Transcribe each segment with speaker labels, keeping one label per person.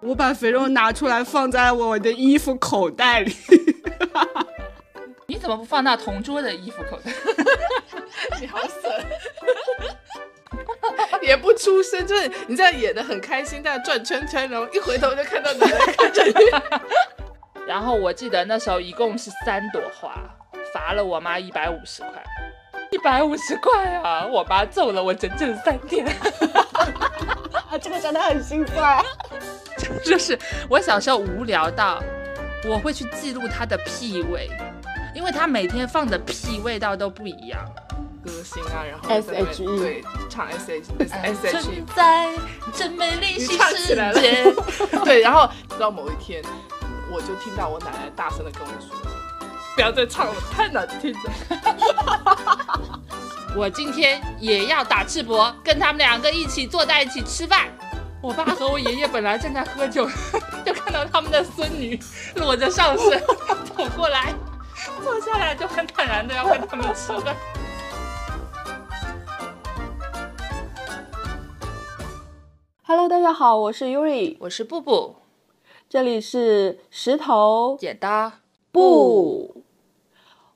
Speaker 1: 我把肥肉拿出来放在我的衣服口袋里。
Speaker 2: 你怎么不放到同桌的衣服口袋？
Speaker 3: 你好损， 也不出声，就是你这样演的很开心，但转圈圈，然后一回头就看到 你看着你。
Speaker 2: 然后我记得那时候一共是三朵花，罚了我妈一百五十块，一百五十块啊！我妈揍了我整整三天。
Speaker 4: 啊， 这个真的很心酸。
Speaker 2: 就是我小时候无聊到，我会去记录它的屁味，因为它每天放的屁味道都不一样。
Speaker 3: 歌星啊，然后 S H E 对唱 S H
Speaker 4: 哎
Speaker 3: S H E
Speaker 2: 在真美丽新世界。”
Speaker 3: 对，然后直到某一天，我就听到我奶奶大声的跟我说：“不要再唱了，太难听了。
Speaker 2: 我今天也要打赤膊，跟他们两个一起坐在一起吃饭。我爸和我爷爷本来正在喝酒，就看到他们的孙女裸着上 身走过来，坐下来就很坦然的要跟他们吃饭。
Speaker 4: Hello，大家好，我是 Yuri，
Speaker 2: 我是布布，
Speaker 4: 这里是石头
Speaker 2: 剪刀
Speaker 4: 布。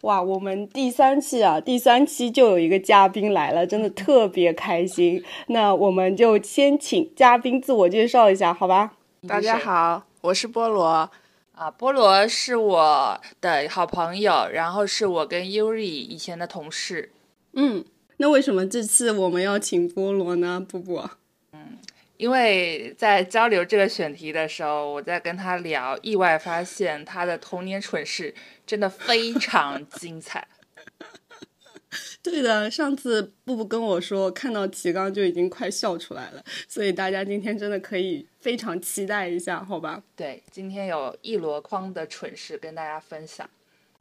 Speaker 4: 哇，我们第三期啊，第三期就有一个嘉宾来了，真的特别开心。那我们就先请嘉宾自我介绍一下，好吧？
Speaker 3: 大家好，我是菠萝
Speaker 2: 啊，菠萝是我的好朋友，然后是我跟 Yuri 以前的同事。
Speaker 4: 嗯，那为什么这次我们要请菠萝呢？布啊布，
Speaker 2: 嗯，因为在交流这个选题的时候，我在跟他聊，意外发现他的童年蠢事。真的非常精彩。
Speaker 4: 对的，上次布布跟我说看到提纲就已经快笑出来了，所以大家今天真的可以非常期待一下，好吧？
Speaker 2: 对，今天有一箩筐的蠢事跟大家分享。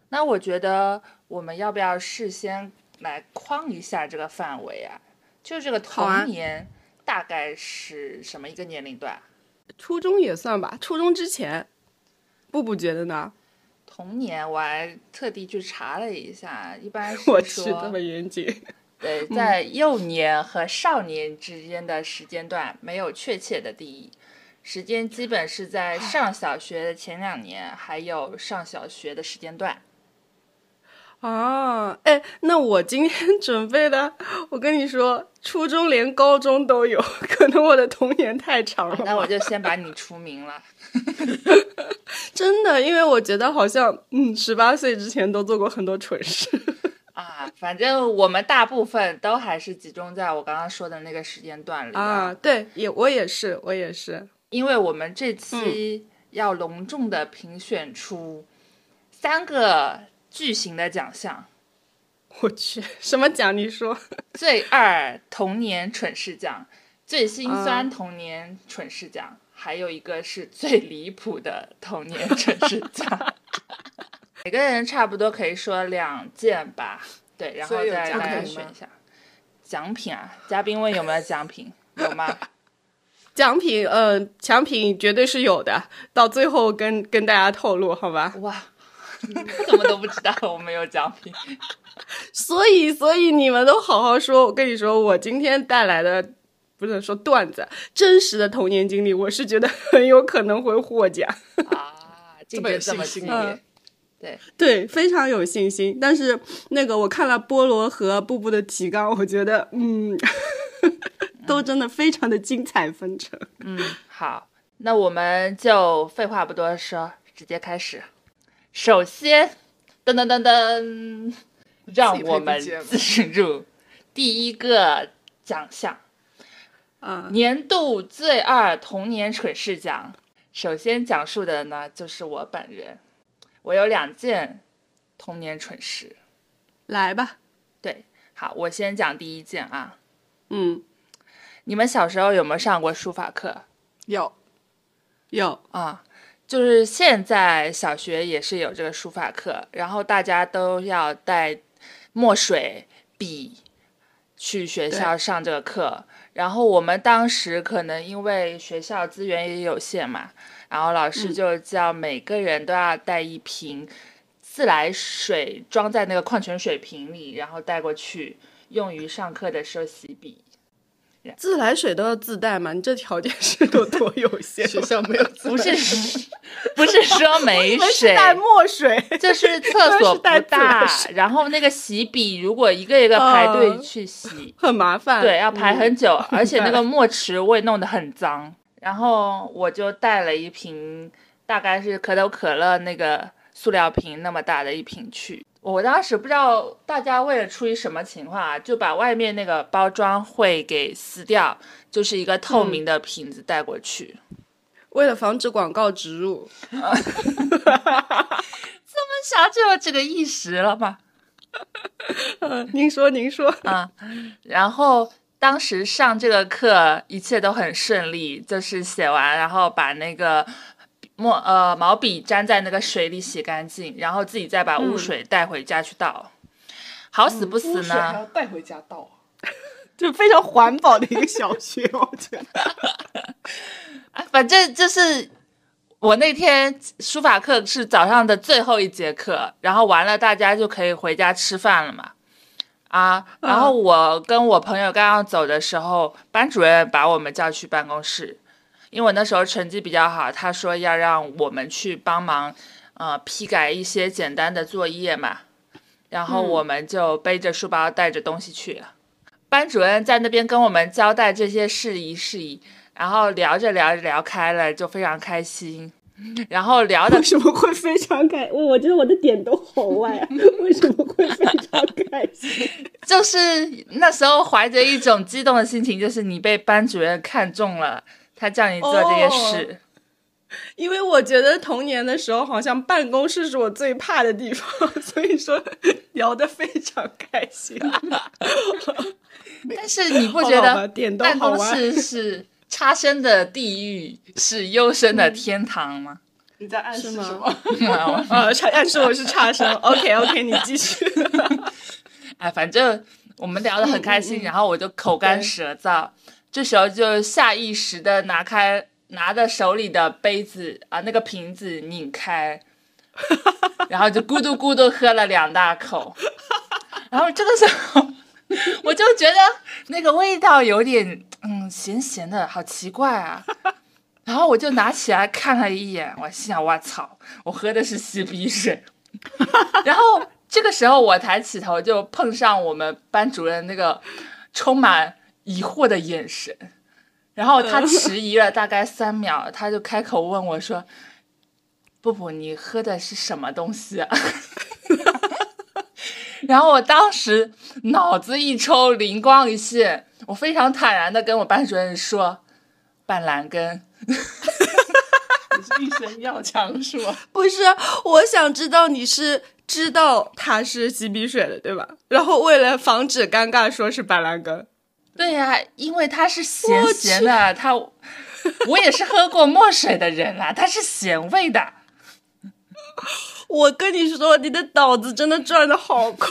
Speaker 2: 那我觉得我们要不要事先来框一下这个范围啊？就这个童年大概是什么一个年龄段？啊、
Speaker 4: 初中也算吧，初中之前。布布觉得呢？
Speaker 2: 童年，我还特地去查了一下，一般是
Speaker 4: 说，我去这么严谨。
Speaker 2: 对，在幼年和少年之间的时间段没有确切的定义，时间基本是在上小学的前两年，还有上小学的时间段。
Speaker 4: 啊，哎，那我今天 准备的，我跟你说，初中连高中都有，可能我的童年太长了。
Speaker 2: 哎那我就先把你除名了。
Speaker 4: 真的，因为我觉得好像，嗯，十八岁之前都做过很多蠢事
Speaker 2: 啊。反正我们大部分都还是集中在我刚刚说的那个时间段里
Speaker 4: 啊。对，也我也是，我也是，
Speaker 2: 因为我们这期要隆重的评选出三个巨型的奖项。
Speaker 4: 我去，什么奖？你说？
Speaker 2: 最二童年蠢事奖，最心酸童年蠢事奖。啊还有一个是最离谱的童年蠢事奖， 每个人差不多可以说两件吧，对，然后再大家选一下奖品啊。嘉宾问有没有奖品，有吗？
Speaker 4: 奖品，呃，奖品绝对是有的，到最后跟跟大家透露，好吧？
Speaker 2: 哇，我怎么都不知道我们有奖品，啊
Speaker 4: 所以所以你们都好好说，我跟你说，我今天带来的。不能说段子，真实的童年经历，我是觉得很有可能会获奖
Speaker 2: 啊，竞争这么激烈，嗯、对
Speaker 4: 对，非常有信心。但是那个我看了菠萝和布布的提纲，我觉得嗯， 都真的非常的精彩纷呈。
Speaker 2: 嗯，好，那我们就废话不多说，直接开始。首先，噔噔噔噔，让我们进入第一个奖项。
Speaker 4: Uh,
Speaker 2: 年度最二童年蠢事奖，首先讲述的呢就是我本人，我有两件童年蠢事，
Speaker 4: 来吧，
Speaker 2: 对，好，我先讲第一件啊，
Speaker 4: 嗯，
Speaker 2: 你们小时候有没有上过书法课？
Speaker 3: 有，
Speaker 4: 有
Speaker 2: 啊、嗯，就是现在小学也是有这个书法课，然后大家都要带墨水、笔去学校上这个课。然后我们当时可能因为学校资源也有限嘛，然后老师就叫每个人都要带一瓶自来水，装在那个矿泉水瓶里，然后带过去，用于上课的时候洗笔。
Speaker 4: 自来水都要自带嘛？你这条件是有多有 限？
Speaker 3: 学校没有自
Speaker 2: 不
Speaker 3: 来
Speaker 2: 是
Speaker 3: 水
Speaker 2: 不是说没
Speaker 4: 你们是
Speaker 2: 水，
Speaker 4: 带墨水，
Speaker 2: 就是厕所
Speaker 4: 是
Speaker 2: 不
Speaker 4: 带自来
Speaker 2: 大
Speaker 4: 水，
Speaker 2: 然后那个洗笔如果一个一个排队去洗，
Speaker 4: 很麻烦。嗯
Speaker 2: 对，要排很久，而且那
Speaker 4: 对
Speaker 2: 个墨池我也弄得很脏。然后我就带了一瓶，大概是可口可乐那个塑料瓶那么大的一瓶去。我当时不知道大家为了出于什么情况啊，就把外面那个包装会给撕掉，就是一个透明的瓶子带过去。
Speaker 4: 为了防止广告植入，
Speaker 2: 想就有这个意识了吗？
Speaker 4: 您说，您说，
Speaker 2: 啊，然后当时上这个课一切都很顺利，就是写完，然后把那个墨呃毛笔粘在那个水里洗干净，然后自己再把污水带回家去倒。好死不死
Speaker 3: 嗯污水还
Speaker 2: 呢，
Speaker 3: 要带回家倒啊。
Speaker 4: 就非常环保的一个小学，我觉得。
Speaker 2: 哎反正就是我那天书法课是早上的最后一节课，然后完了大家就可以回家吃饭了嘛。啊，然后我跟我朋友刚刚走的时候，班主任把我们叫去办公室，因为我那时候成绩比较好，他说要让我们去帮忙，呃，批改一些简单的作业嘛。然后我们就背着书包带着东西去了。班主任在那边跟我们交代这些事宜事宜，然后聊着聊着聊开了，就非常开心。 然后聊的
Speaker 4: 为什么会非常开？我觉得我的点都好歪 啊！为什么会非常开心？
Speaker 2: 就是那时候怀着一种激动的心情，就是你被班主任看中了，他叫你做这些事。
Speaker 4: 因为我觉得童年的时候，好像办公室是我最怕的地方，所以说聊得非常开 心。
Speaker 2: 但是你不觉
Speaker 4: 好 吧
Speaker 2: 得
Speaker 4: 点都
Speaker 2: 办
Speaker 4: 好
Speaker 2: 公
Speaker 4: 歪。
Speaker 2: 室是差生的地狱，是优生的天堂吗？
Speaker 3: 你在暗示
Speaker 4: 是吗
Speaker 3: 什么？
Speaker 4: 呃，差暗示我是差生。OK OK，你继续。
Speaker 2: 哎，反正我们聊得很开心，然后我就口干舌燥，这时候就下意识的拿开拿着手里的杯子啊，那个瓶子拧开，然后就咕嘟咕嘟喝了两大口，然后这个时候我就觉得那个味道有点嗯咸咸的，好奇怪啊。然后我就拿起来看了一眼，我心想：我操，我喝的是洗鼻水。然后这个时候我抬起头，就碰上我们班主任那个充满疑惑的眼神，然后他迟疑了大概三秒，他就开口问我说：“布布，你喝的是什么东西、啊？” 然后我当时脑子一抽，灵光一现，我非常坦然的跟我班主任说：“板蓝根。”
Speaker 3: 你是一身药强是吗？
Speaker 4: 不是，我想知道你是知道他是洗鼻水的，对吧？然后为了防止尴尬，说是板蓝根。
Speaker 2: 对呀、因为它是咸咸的，它我也是喝过墨水的人啦，它是咸味的。
Speaker 4: 我跟你说，你的脑子真的转的好快，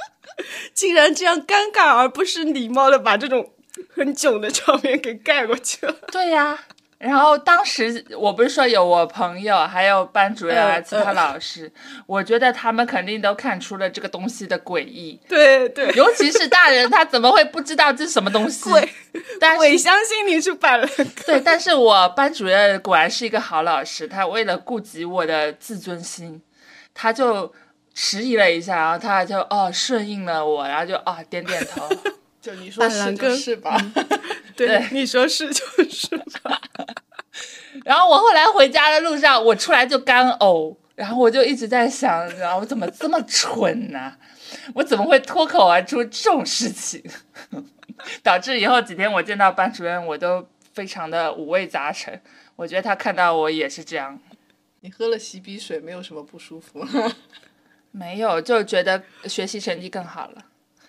Speaker 4: 竟然这样尴尬而不失礼貌的把这种很囧的场面给盖过去了。
Speaker 2: 对呀、然后当时我不是说有我朋友，还有班主任啊，
Speaker 4: 嗯
Speaker 2: 其他老师，我觉得他们肯定都看出了这个东西的诡异，
Speaker 4: 对对，
Speaker 2: 尤其是大人，他怎么会不知道这是什么东 西？
Speaker 4: 鬼
Speaker 2: 但
Speaker 4: 鬼
Speaker 2: 是
Speaker 4: 相信你是板蓝根。
Speaker 2: 对，但是我班主任果然是一个好老师，他为了顾及我的自尊心，他就迟疑了一下，然后他就哦顺应了我，然后就哦点点头。
Speaker 3: 就你说
Speaker 4: 板蓝
Speaker 3: 是就
Speaker 4: 根
Speaker 3: 是吧？
Speaker 4: 嗯对，
Speaker 2: 对
Speaker 4: 你说是就是吧。
Speaker 2: 然后我后来回家的路上，我出来就干呕，然后我就一直在想，然后我怎么这么蠢呢、我怎么会脱口而出这种事情？ 导致以后几天我见到班主任，我都非常的五味杂陈。我觉得他看到我也是这样。
Speaker 3: 你喝了洗鼻水，没有什么不舒服。
Speaker 2: 没有，就觉得学习成绩更好了。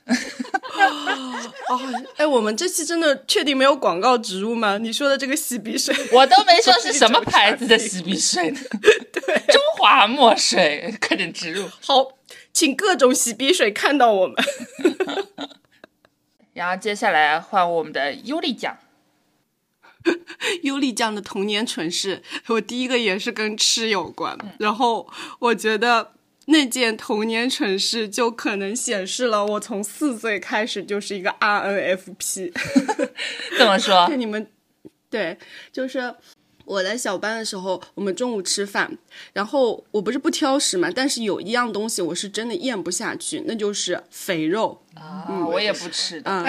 Speaker 4: 哦，哎，我们这期真的确定没有广告植入吗？你说的这个洗鼻水，
Speaker 2: 我都没说是什么牌子的洗鼻水 呢，中华墨水，快点植入。
Speaker 4: 好，请各种洗鼻水看到我们。
Speaker 2: 然后接下来换我们的优丽奖，
Speaker 4: 尤里酱的 童年蠢事，我第一个也是跟吃有关。然后我觉得那件童年城市就可能显示了我从四岁开始就是一个 RNFP。
Speaker 2: 这么 说
Speaker 4: 就你们，对，就是我在小班的时候，我们中午吃饭，然后我不是不挑食嘛，但是有一样东西我是真的咽不下去，那就是肥肉。
Speaker 2: 啊，我也不吃的，
Speaker 4: 嗯，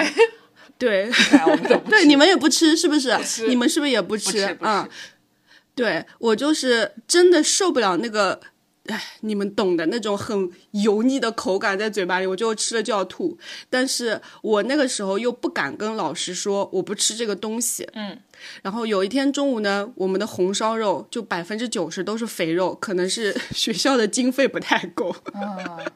Speaker 4: 对，
Speaker 2: 哎 我们 都不吃
Speaker 4: 对，你们也不吃是不是？
Speaker 3: 吃
Speaker 4: 你们是不是也不
Speaker 2: 不吃不
Speaker 4: 嗯
Speaker 2: 吃，，
Speaker 4: 对我就是真的受不了那个，哎，你们懂的那种很油腻的口感在嘴巴里，我就吃了就要吐。但是我那个时候又不敢跟老师说我不吃这个东西，
Speaker 2: 嗯。
Speaker 4: 然后有一天中午呢，我们的红烧肉就百分之九十都是肥肉，可能是 学校的经费不太够。
Speaker 2: 哦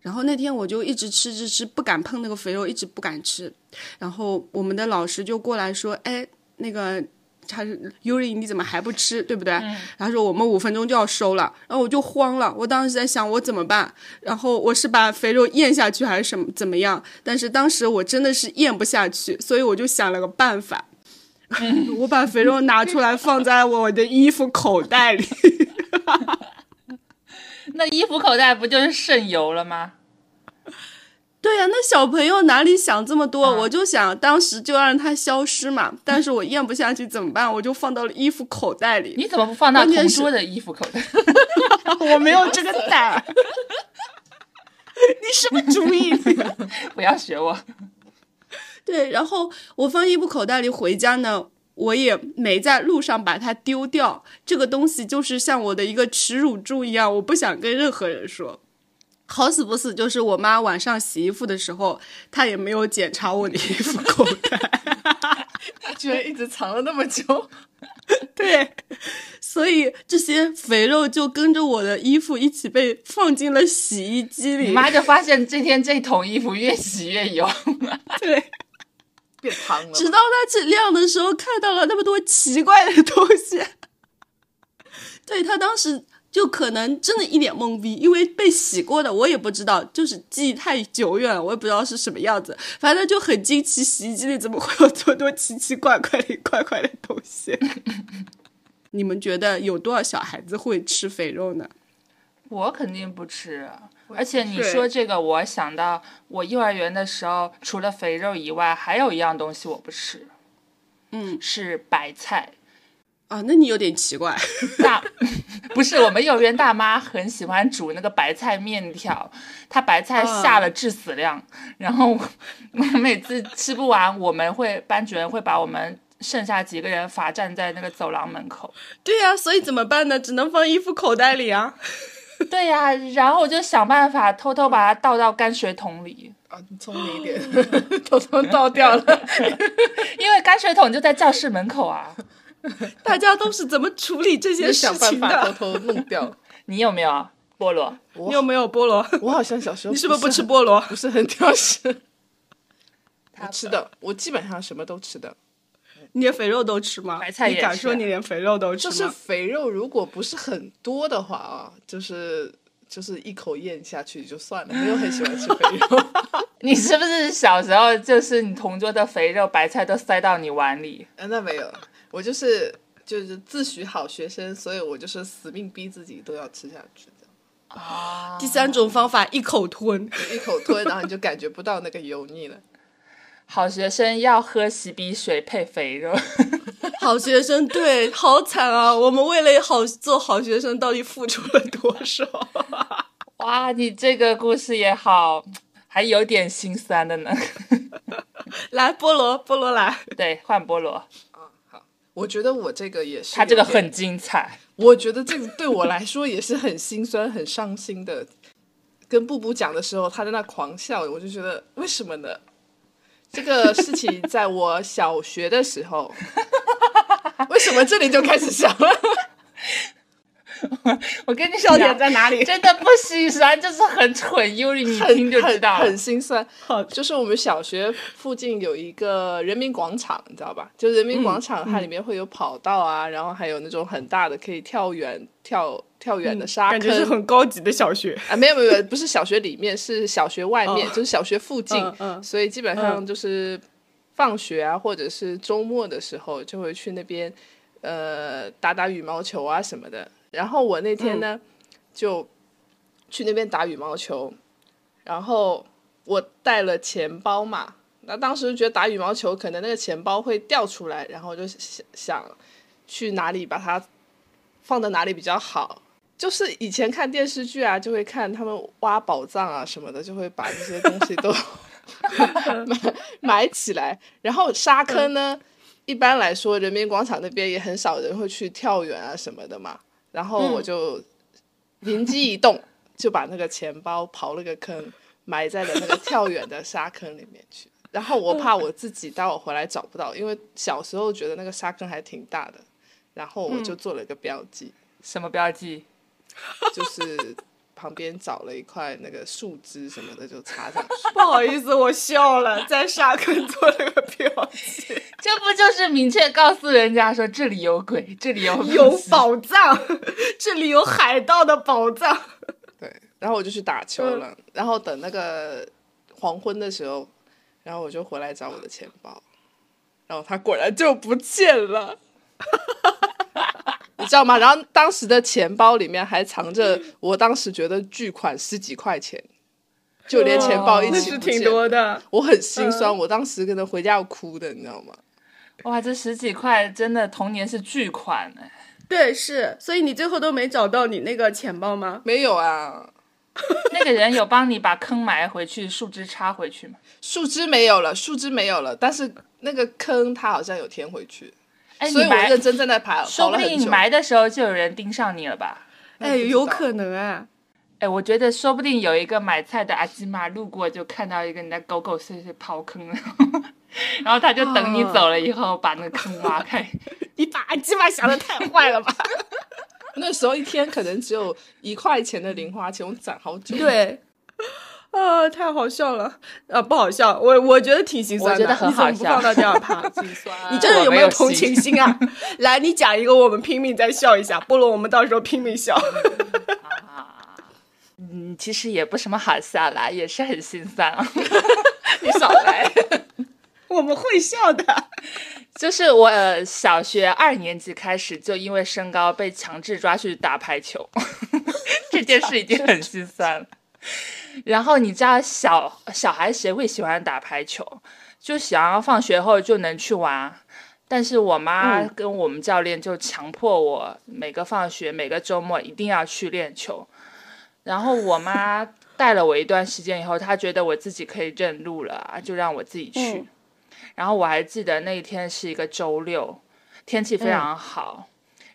Speaker 4: 然后那天我就一直吃吃吃，不敢碰那个肥肉，一直不敢吃。然后我们的老师就过来说：“哎，那个他是尤里，你怎么还不吃？对不对？”然后说我们五分钟就要收了，然后我就慌了，我当时在想我怎么办，然后我是把肥肉咽下去还是什么怎么样？但是当时我真的是咽不下去，所以我就想了个办法， 我把肥肉拿出来放在我的衣服口袋里。
Speaker 2: 那衣服口袋不就是渗油了吗？
Speaker 4: 对呀、那小朋友哪里想这么多？我就想当时就让它消失嘛，但是我咽不下去怎么办？我就放到了衣服口袋里。
Speaker 2: 你怎么不放到
Speaker 4: 关键
Speaker 2: 同
Speaker 4: 是
Speaker 2: 桌的衣服口袋？
Speaker 4: 我没有这个胆儿。 你什么主意？
Speaker 2: 不要学我。
Speaker 4: 对，然后我放衣服口袋里回家呢，我也没在路上把它丢掉。这个东西就是像我的一个耻辱柱一样，我不想跟任何人说。好死不死，就是我妈晚上洗衣服的时候，她也没有检查我的衣服口袋。
Speaker 3: 居然一直藏了那么久，
Speaker 4: 对，所以这些肥肉就跟着我的衣服一起被放进了洗衣机
Speaker 2: 你
Speaker 4: 里。
Speaker 2: 妈就发现这天这桶衣服越洗越油，
Speaker 4: 对。
Speaker 3: 变汤了。
Speaker 4: 直到他去晾的时候，看到了那么多奇怪的东西。对他当时就可能真的一脸懵逼，因为被洗过的我也不知道，就是记忆太久远了，我也不知道是什么样子。反正就很惊奇，洗衣机里怎么会有这么多奇奇怪怪的、怪怪的东西？ 你们觉得有多少小孩子会吃肥肉呢？
Speaker 2: 我肯定不吃。啊而且你
Speaker 4: 是
Speaker 2: 说这个，我想到我幼儿园的时候，除了肥肉以外，还有一样东西我不吃，
Speaker 4: 嗯
Speaker 2: 是白菜。
Speaker 4: 啊，那你有点奇怪。
Speaker 2: 大不是我们幼儿园大妈很喜欢煮那个白菜面条，她白菜下了致死量，然后我我每次吃不完，我们会班主任会把我们剩下几个人罚站在那个走廊门口。
Speaker 4: 对呀、所以怎么办呢？只能放衣服口袋里啊。
Speaker 2: 对呀、然后我就想办法偷偷把它倒到泔水桶里，
Speaker 3: 啊，你聪明一点， 偷偷倒掉了。
Speaker 2: 因为泔水桶就在教室门口啊。
Speaker 4: 大家都是怎么处理这
Speaker 3: 就
Speaker 4: 些事
Speaker 3: 想办
Speaker 4: 情
Speaker 3: 法
Speaker 4: 的
Speaker 3: 偷？偷弄掉。
Speaker 2: 你有没有啊菠萝？
Speaker 4: 你有没有菠萝？
Speaker 3: 我好像小时候
Speaker 4: 你是不是不吃
Speaker 3: 很
Speaker 4: 菠萝？
Speaker 3: 不是很挑食？
Speaker 2: 他
Speaker 3: 我吃的，我基本上什么都吃的，
Speaker 4: 你连肥肉都吃吗？
Speaker 2: 白菜也
Speaker 4: 你敢
Speaker 2: 吃
Speaker 4: 说你连肥肉都吃
Speaker 3: 就
Speaker 4: 吗？
Speaker 3: 是肥肉，如果不是很多的话啊，就是就是一口咽下去就算了，没有很喜欢吃肥肉。
Speaker 2: 你是不是小时候就是你同桌的肥肉白菜都塞到你碗里？
Speaker 3: 啊，那没有，我就是就是自诩好学生，所以我就是死命逼自己都要吃下去，这
Speaker 4: 第三种方法，一口吞。
Speaker 3: 样一口吞，然后你就感觉不到那个油腻了。
Speaker 2: 好学生要喝洗鼻水配肥肉，
Speaker 4: 好学生，对，好惨啊！我们为了好做好学生，到底付出了多少？
Speaker 2: 哇，你这个故事也好，还有点心酸的呢。
Speaker 4: 来，菠萝，菠萝来。
Speaker 2: 对，换菠萝，
Speaker 3: 我觉得我这个也是，
Speaker 2: 他这个很，精彩。
Speaker 3: 我觉得这个对我来说也是很心酸、很伤心的。跟布布讲的时候，他在那狂笑，我就觉得为什么呢？这个事情在我小学的时候， 为什么这里就开始笑了？
Speaker 2: 我跟你说，
Speaker 4: 哪里？
Speaker 2: 真的不心酸，就是很蠢，尤里你
Speaker 3: 很
Speaker 2: 听就知道
Speaker 3: 很
Speaker 2: 了
Speaker 3: 很。心酸。
Speaker 4: 好
Speaker 3: 就是我们小学附近有一个人民广场，你知道吧？就人民广场，它里面会有跑道啊，然后还有那种很大的可以跳远、跳跳远的沙
Speaker 4: 感觉是
Speaker 3: 坑。啊
Speaker 4: 很高级的小 学。
Speaker 3: 啊，没有没有，没有不是小学里面，是小学外面，
Speaker 4: 哦
Speaker 3: 就是小学附近，
Speaker 4: 嗯嗯
Speaker 3: 所以基本上就是放学啊，或者是周末的时候，就会去那边
Speaker 4: 嗯
Speaker 3: 呃打打羽毛球啊什么的。然后我那天呢，就去那边打羽毛球，然后我带了钱包嘛，那当时就觉得打羽毛球可能那个钱包会掉出来，然后我就想想去哪里把它放在哪里比较好。就是以前看电视剧啊，就会看他们挖宝藏啊什么的，就会把这些东西都 埋埋起来。然后沙坑呢，一般来说人民广场那边也很少人会去跳远啊什么的嘛。然后我就灵机一动，就把那个钱包刨了个坑，埋在了那个跳远的沙坑里面去。然后我怕我自己待会回来找不到，因为小时候觉得那个沙坑还挺大的，然后我就做了个标记，
Speaker 2: 什么标记？
Speaker 3: 就是旁边找了一块那个树枝什么的就插 上去。
Speaker 1: 不好意思，我笑了，在沙坑做了个标记，
Speaker 2: 这不就是明确告诉人家说这里有鬼，这里有东西
Speaker 1: 有宝 藏，这里有海盗的宝藏。
Speaker 3: 对，然后我就去打球了，
Speaker 1: 嗯
Speaker 3: 然后等那个黄昏的时候，然后我就回来找我的钱包，然后它果然就不见了， 你知道吗？然后当时的钱包里面还藏着
Speaker 1: 嗯
Speaker 3: 我当时觉得巨款十几块钱，就连钱包一
Speaker 1: 那
Speaker 3: 起
Speaker 1: 是
Speaker 3: 不
Speaker 1: 挺
Speaker 3: 见
Speaker 1: 多嗯的，
Speaker 3: 我很心酸，我当时可能回家要哭的，你知道吗？
Speaker 2: 哇，这十几块真的童年是巨款哎！
Speaker 1: 对，是，所以你最后都没找到你那个钱包吗？
Speaker 3: 没有啊，
Speaker 2: 那个人有帮你把坑埋回去，树枝插回去吗？
Speaker 3: 树枝没有了，树枝没有了，但是那个坑它好像有填回去，
Speaker 2: 哎，
Speaker 3: 所以
Speaker 2: 你
Speaker 3: 我
Speaker 2: 埋
Speaker 3: 认，真在那爬，
Speaker 2: 说
Speaker 3: 跑
Speaker 2: 不
Speaker 3: 了很
Speaker 2: 定你
Speaker 3: 久。
Speaker 2: 埋的时候就有人盯上你了吧？
Speaker 3: 那
Speaker 1: 哎，
Speaker 3: 不知
Speaker 1: 有
Speaker 3: 道
Speaker 1: 可能哎。
Speaker 2: 哎，我觉得说不定有一个买菜的阿基玛路过，就看到一个人在狗狗碎碎刨坑，然后他就等
Speaker 1: 嗯
Speaker 2: 你走了以后，把那个坑挖开。
Speaker 1: 你把阿基玛想的太坏了吧？
Speaker 3: 那时候一天可能只有一块钱的零花钱，我攒好 久。，
Speaker 1: 对，啊，太好笑了，啊，不好笑，我我觉得挺心酸的，
Speaker 2: 我觉得很好
Speaker 1: 你怎
Speaker 2: 笑
Speaker 1: 么不放到第二 趴？ 你
Speaker 2: 你
Speaker 1: 这人有没有同情心啊？ 来，你讲一个，我们拼命再笑一下。菠萝，我们到时候拼命笑。
Speaker 2: 啊？ 嗯，其实也不什么好笑啦，也是很心酸啊。
Speaker 3: 你少来。
Speaker 1: 我们会笑的。
Speaker 2: 就是我呃小学二年级开始，就因为身高被强制抓去打排球， 这件事已经很心酸了。然后你知道小小孩谁会喜欢打排球？就想要放学后就能去玩，但是我妈跟我们教练就强迫我每个放学、每个周末一定要去练球。然后我妈带了我一段时间以后，她觉得我自己可以认路了啊，就让我自己去。
Speaker 4: 嗯
Speaker 2: 然后我还记得那一天是一个周六，天气非常好。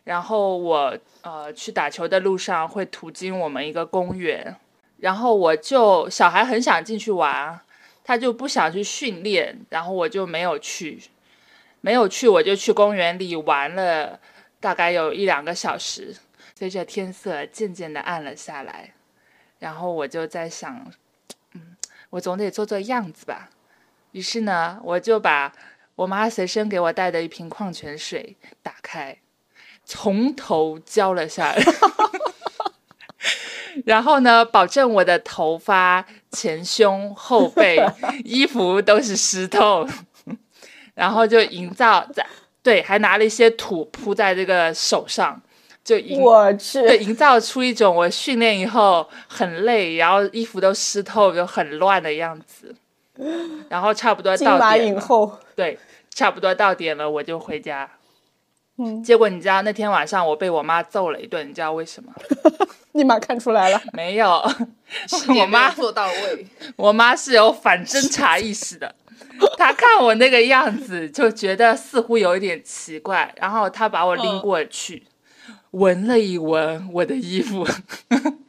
Speaker 2: 然后我呃去打球的路上会途经我们一个公园，然后我就小孩很想进去玩，他就不想去训练，然后我就没有去，没有去，我就去公园里玩了大概有一两个小时。随着天色渐渐的暗了下来，然后我就在想，嗯，我总得做做样子吧。于是呢，我就把我妈随身给我带的一瓶矿泉水打开，从头浇了下来。 然后呢，保证我的头发、前胸、后背、衣服都是湿透，然后就营造在对，还拿了一些土铺在这个手上，就
Speaker 1: 嗯
Speaker 2: 营
Speaker 4: 我去，
Speaker 2: 对，营造出一种我训练以后很累，然后衣服都湿透，就很乱的样子。然后差不多
Speaker 4: 金
Speaker 1: 啊
Speaker 2: 到
Speaker 4: 马
Speaker 2: 点
Speaker 4: 影
Speaker 2: 了，
Speaker 4: 后，
Speaker 2: 对，差不多到点了，我就回家。
Speaker 4: 嗯，
Speaker 2: 结果你知道那天晚上我被我妈揍了一顿，你知道为什么？
Speaker 4: 立马看出 来了。
Speaker 2: 没有，我
Speaker 3: 我
Speaker 2: 妈
Speaker 3: 妈做到位，
Speaker 2: 我妈是有反侦查意识的，她看我那个样子就觉得似乎有一点奇怪，然后她把我拎过去，闻了一闻我的衣服。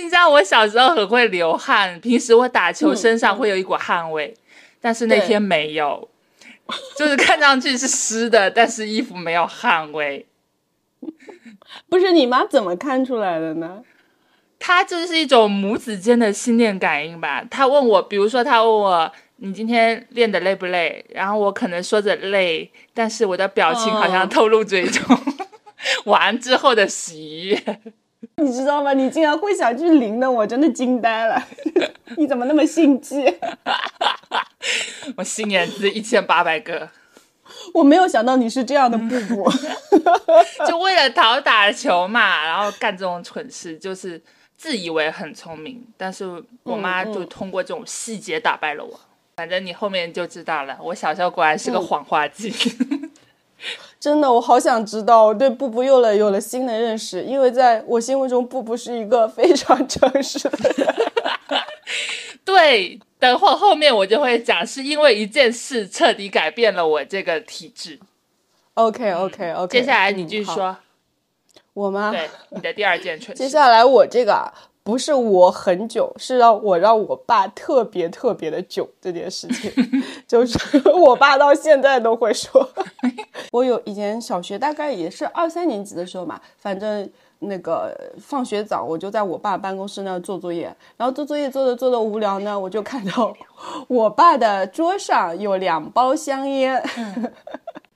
Speaker 2: 你知道我小时候很会流汗，平时我打球身上会有一股汗味，但是那
Speaker 4: 对
Speaker 2: 天没有，就是看上去是湿的，但是衣服没有汗味。
Speaker 4: 不是你妈怎么看出来的呢？
Speaker 2: 他就是一种母子间的心电感应吧。他问我，比如说他问我你今天练的累不累，然后我可能说着累，但是我的表情好像透露着一种 完之后的喜悦。
Speaker 4: 你知道吗？你竟然会想去淋的，我真的惊 呆了。你怎么那么心机？
Speaker 2: 我心眼子一千八百个，
Speaker 4: 我没有想到你是这样的布 布。
Speaker 2: 就为了讨打球嘛，然后干这种蠢事，就是自以为很聪明，但是我妈就通过这种细节打败了我。反正你后面就知道了，我小时候果然是个谎话精。
Speaker 4: 真的，我好想知道，我对布布又了有了新的认识，因为在我心目中，布布是一个非常 诚实的人。
Speaker 2: 对，等会后面我就会讲，是因为一件事彻底改变了我这个体质。
Speaker 4: OK OK OK，
Speaker 2: 接下来你继续
Speaker 4: 嗯好
Speaker 2: 说，
Speaker 4: 我吗？
Speaker 2: 对你的第二件蠢
Speaker 4: 接
Speaker 2: 事。
Speaker 4: 下来我这个啊，不是我很久，是让我让我爸特别特别的久这件事情，就是 我爸到现在都会说。我有以前小学大概也是二三年级的时候嘛，反正那个放学早，我就在我爸办公室那儿做作业，然后做作业做着做着无聊呢，我就看到我爸的桌上有两包香烟。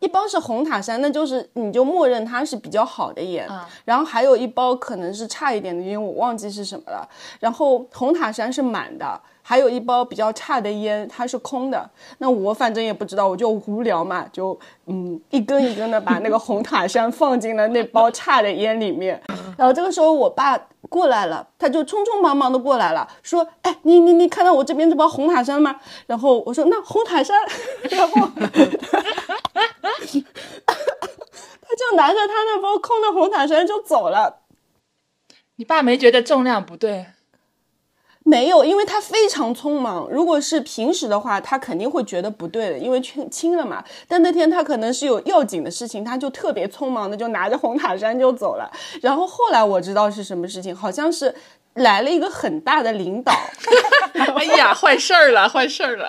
Speaker 4: 一包是红塔山，那就是你就默认它是比较好的烟，然后还有一包可能是差一点的烟，我忘记是什么了。然后红塔山是满的，还有一包比较差的烟，它是空的。那我反正也不知道，我就无聊嘛，就嗯一根一根的把那个红塔山放进了那包差的烟里面。然后这个时候我爸过来了，他就匆匆忙忙的过来了，说：“哎，你你你看到我这边这包红塔山吗？”然后我说：“那红塔山。” 然后他就拿着他那包空的红塔山就走了。
Speaker 2: 你爸没觉得重量不对？
Speaker 4: 没有，因为他非常匆忙。如果是平时的话，他肯定会觉得不对的，因为轻轻了嘛。但那天他可能是有要紧的事情，他就特别匆忙的就拿着红塔山就走了。然后后来我知道是什么事情，好像是来了一个很大的领导，
Speaker 2: 哎呀，坏事儿了，坏事儿了！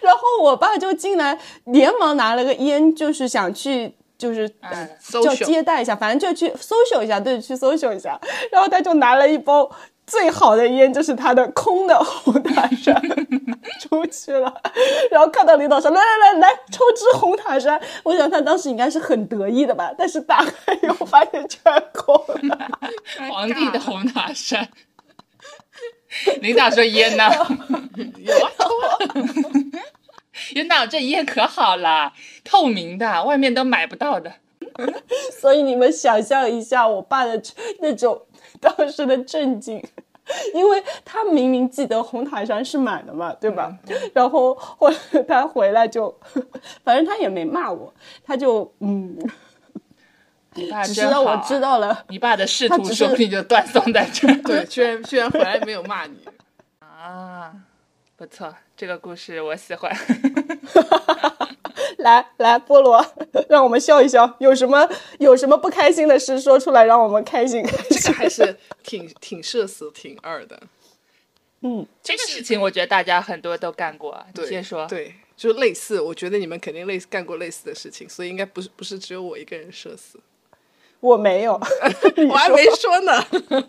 Speaker 4: 然后我爸就进来，连忙拿了个烟，就是想去。就是、呃
Speaker 2: 嗯
Speaker 4: 叫
Speaker 3: social
Speaker 4: 接待一下，反正就去 social 一下，对，去 social 一下。然后他就拿了一包最好的烟，就是他的空的红塔山出去了。然后看到领导说：“来来来来，抽支红塔山。”我想他当时应该是很得意的吧，但是打开 以后发现全空了。
Speaker 2: 皇帝的红塔山。 领导说 烟呢？
Speaker 3: 有啊，
Speaker 2: 领导这烟可好啦，透明的，外面都买不到的。
Speaker 4: 所以你们想象一下我爸的那种当时的震惊， 因为他明明记得红塔山是满的嘛，对
Speaker 3: 嗯
Speaker 4: 吧？然后后来 他回来就，反正他也没骂我，他就嗯，
Speaker 2: 你爸
Speaker 4: 只
Speaker 2: 真
Speaker 4: 是让我
Speaker 2: 好啊
Speaker 4: 知道了。
Speaker 2: 你爸的仕
Speaker 4: 他
Speaker 2: 途
Speaker 4: 只是
Speaker 2: 说不定就断送在 这儿
Speaker 3: 对，居然居然回来没有 骂你，
Speaker 2: 啊！不错，这个故事我喜欢。
Speaker 4: 来来，菠萝，让我们笑一笑，有什么有什么不开心的事说出来，让我们开心开
Speaker 3: 这个
Speaker 4: 心。
Speaker 3: 还是挺挺社死、挺二的。
Speaker 2: 这个事情我觉得大家很多都干过啊，你
Speaker 3: 对，
Speaker 2: 先说。
Speaker 3: 对，就类似，我觉得你们肯定类似干过类似的事情，所以应该不是不是只有我一个人社死，
Speaker 4: 我没有，
Speaker 3: 我还没说呢。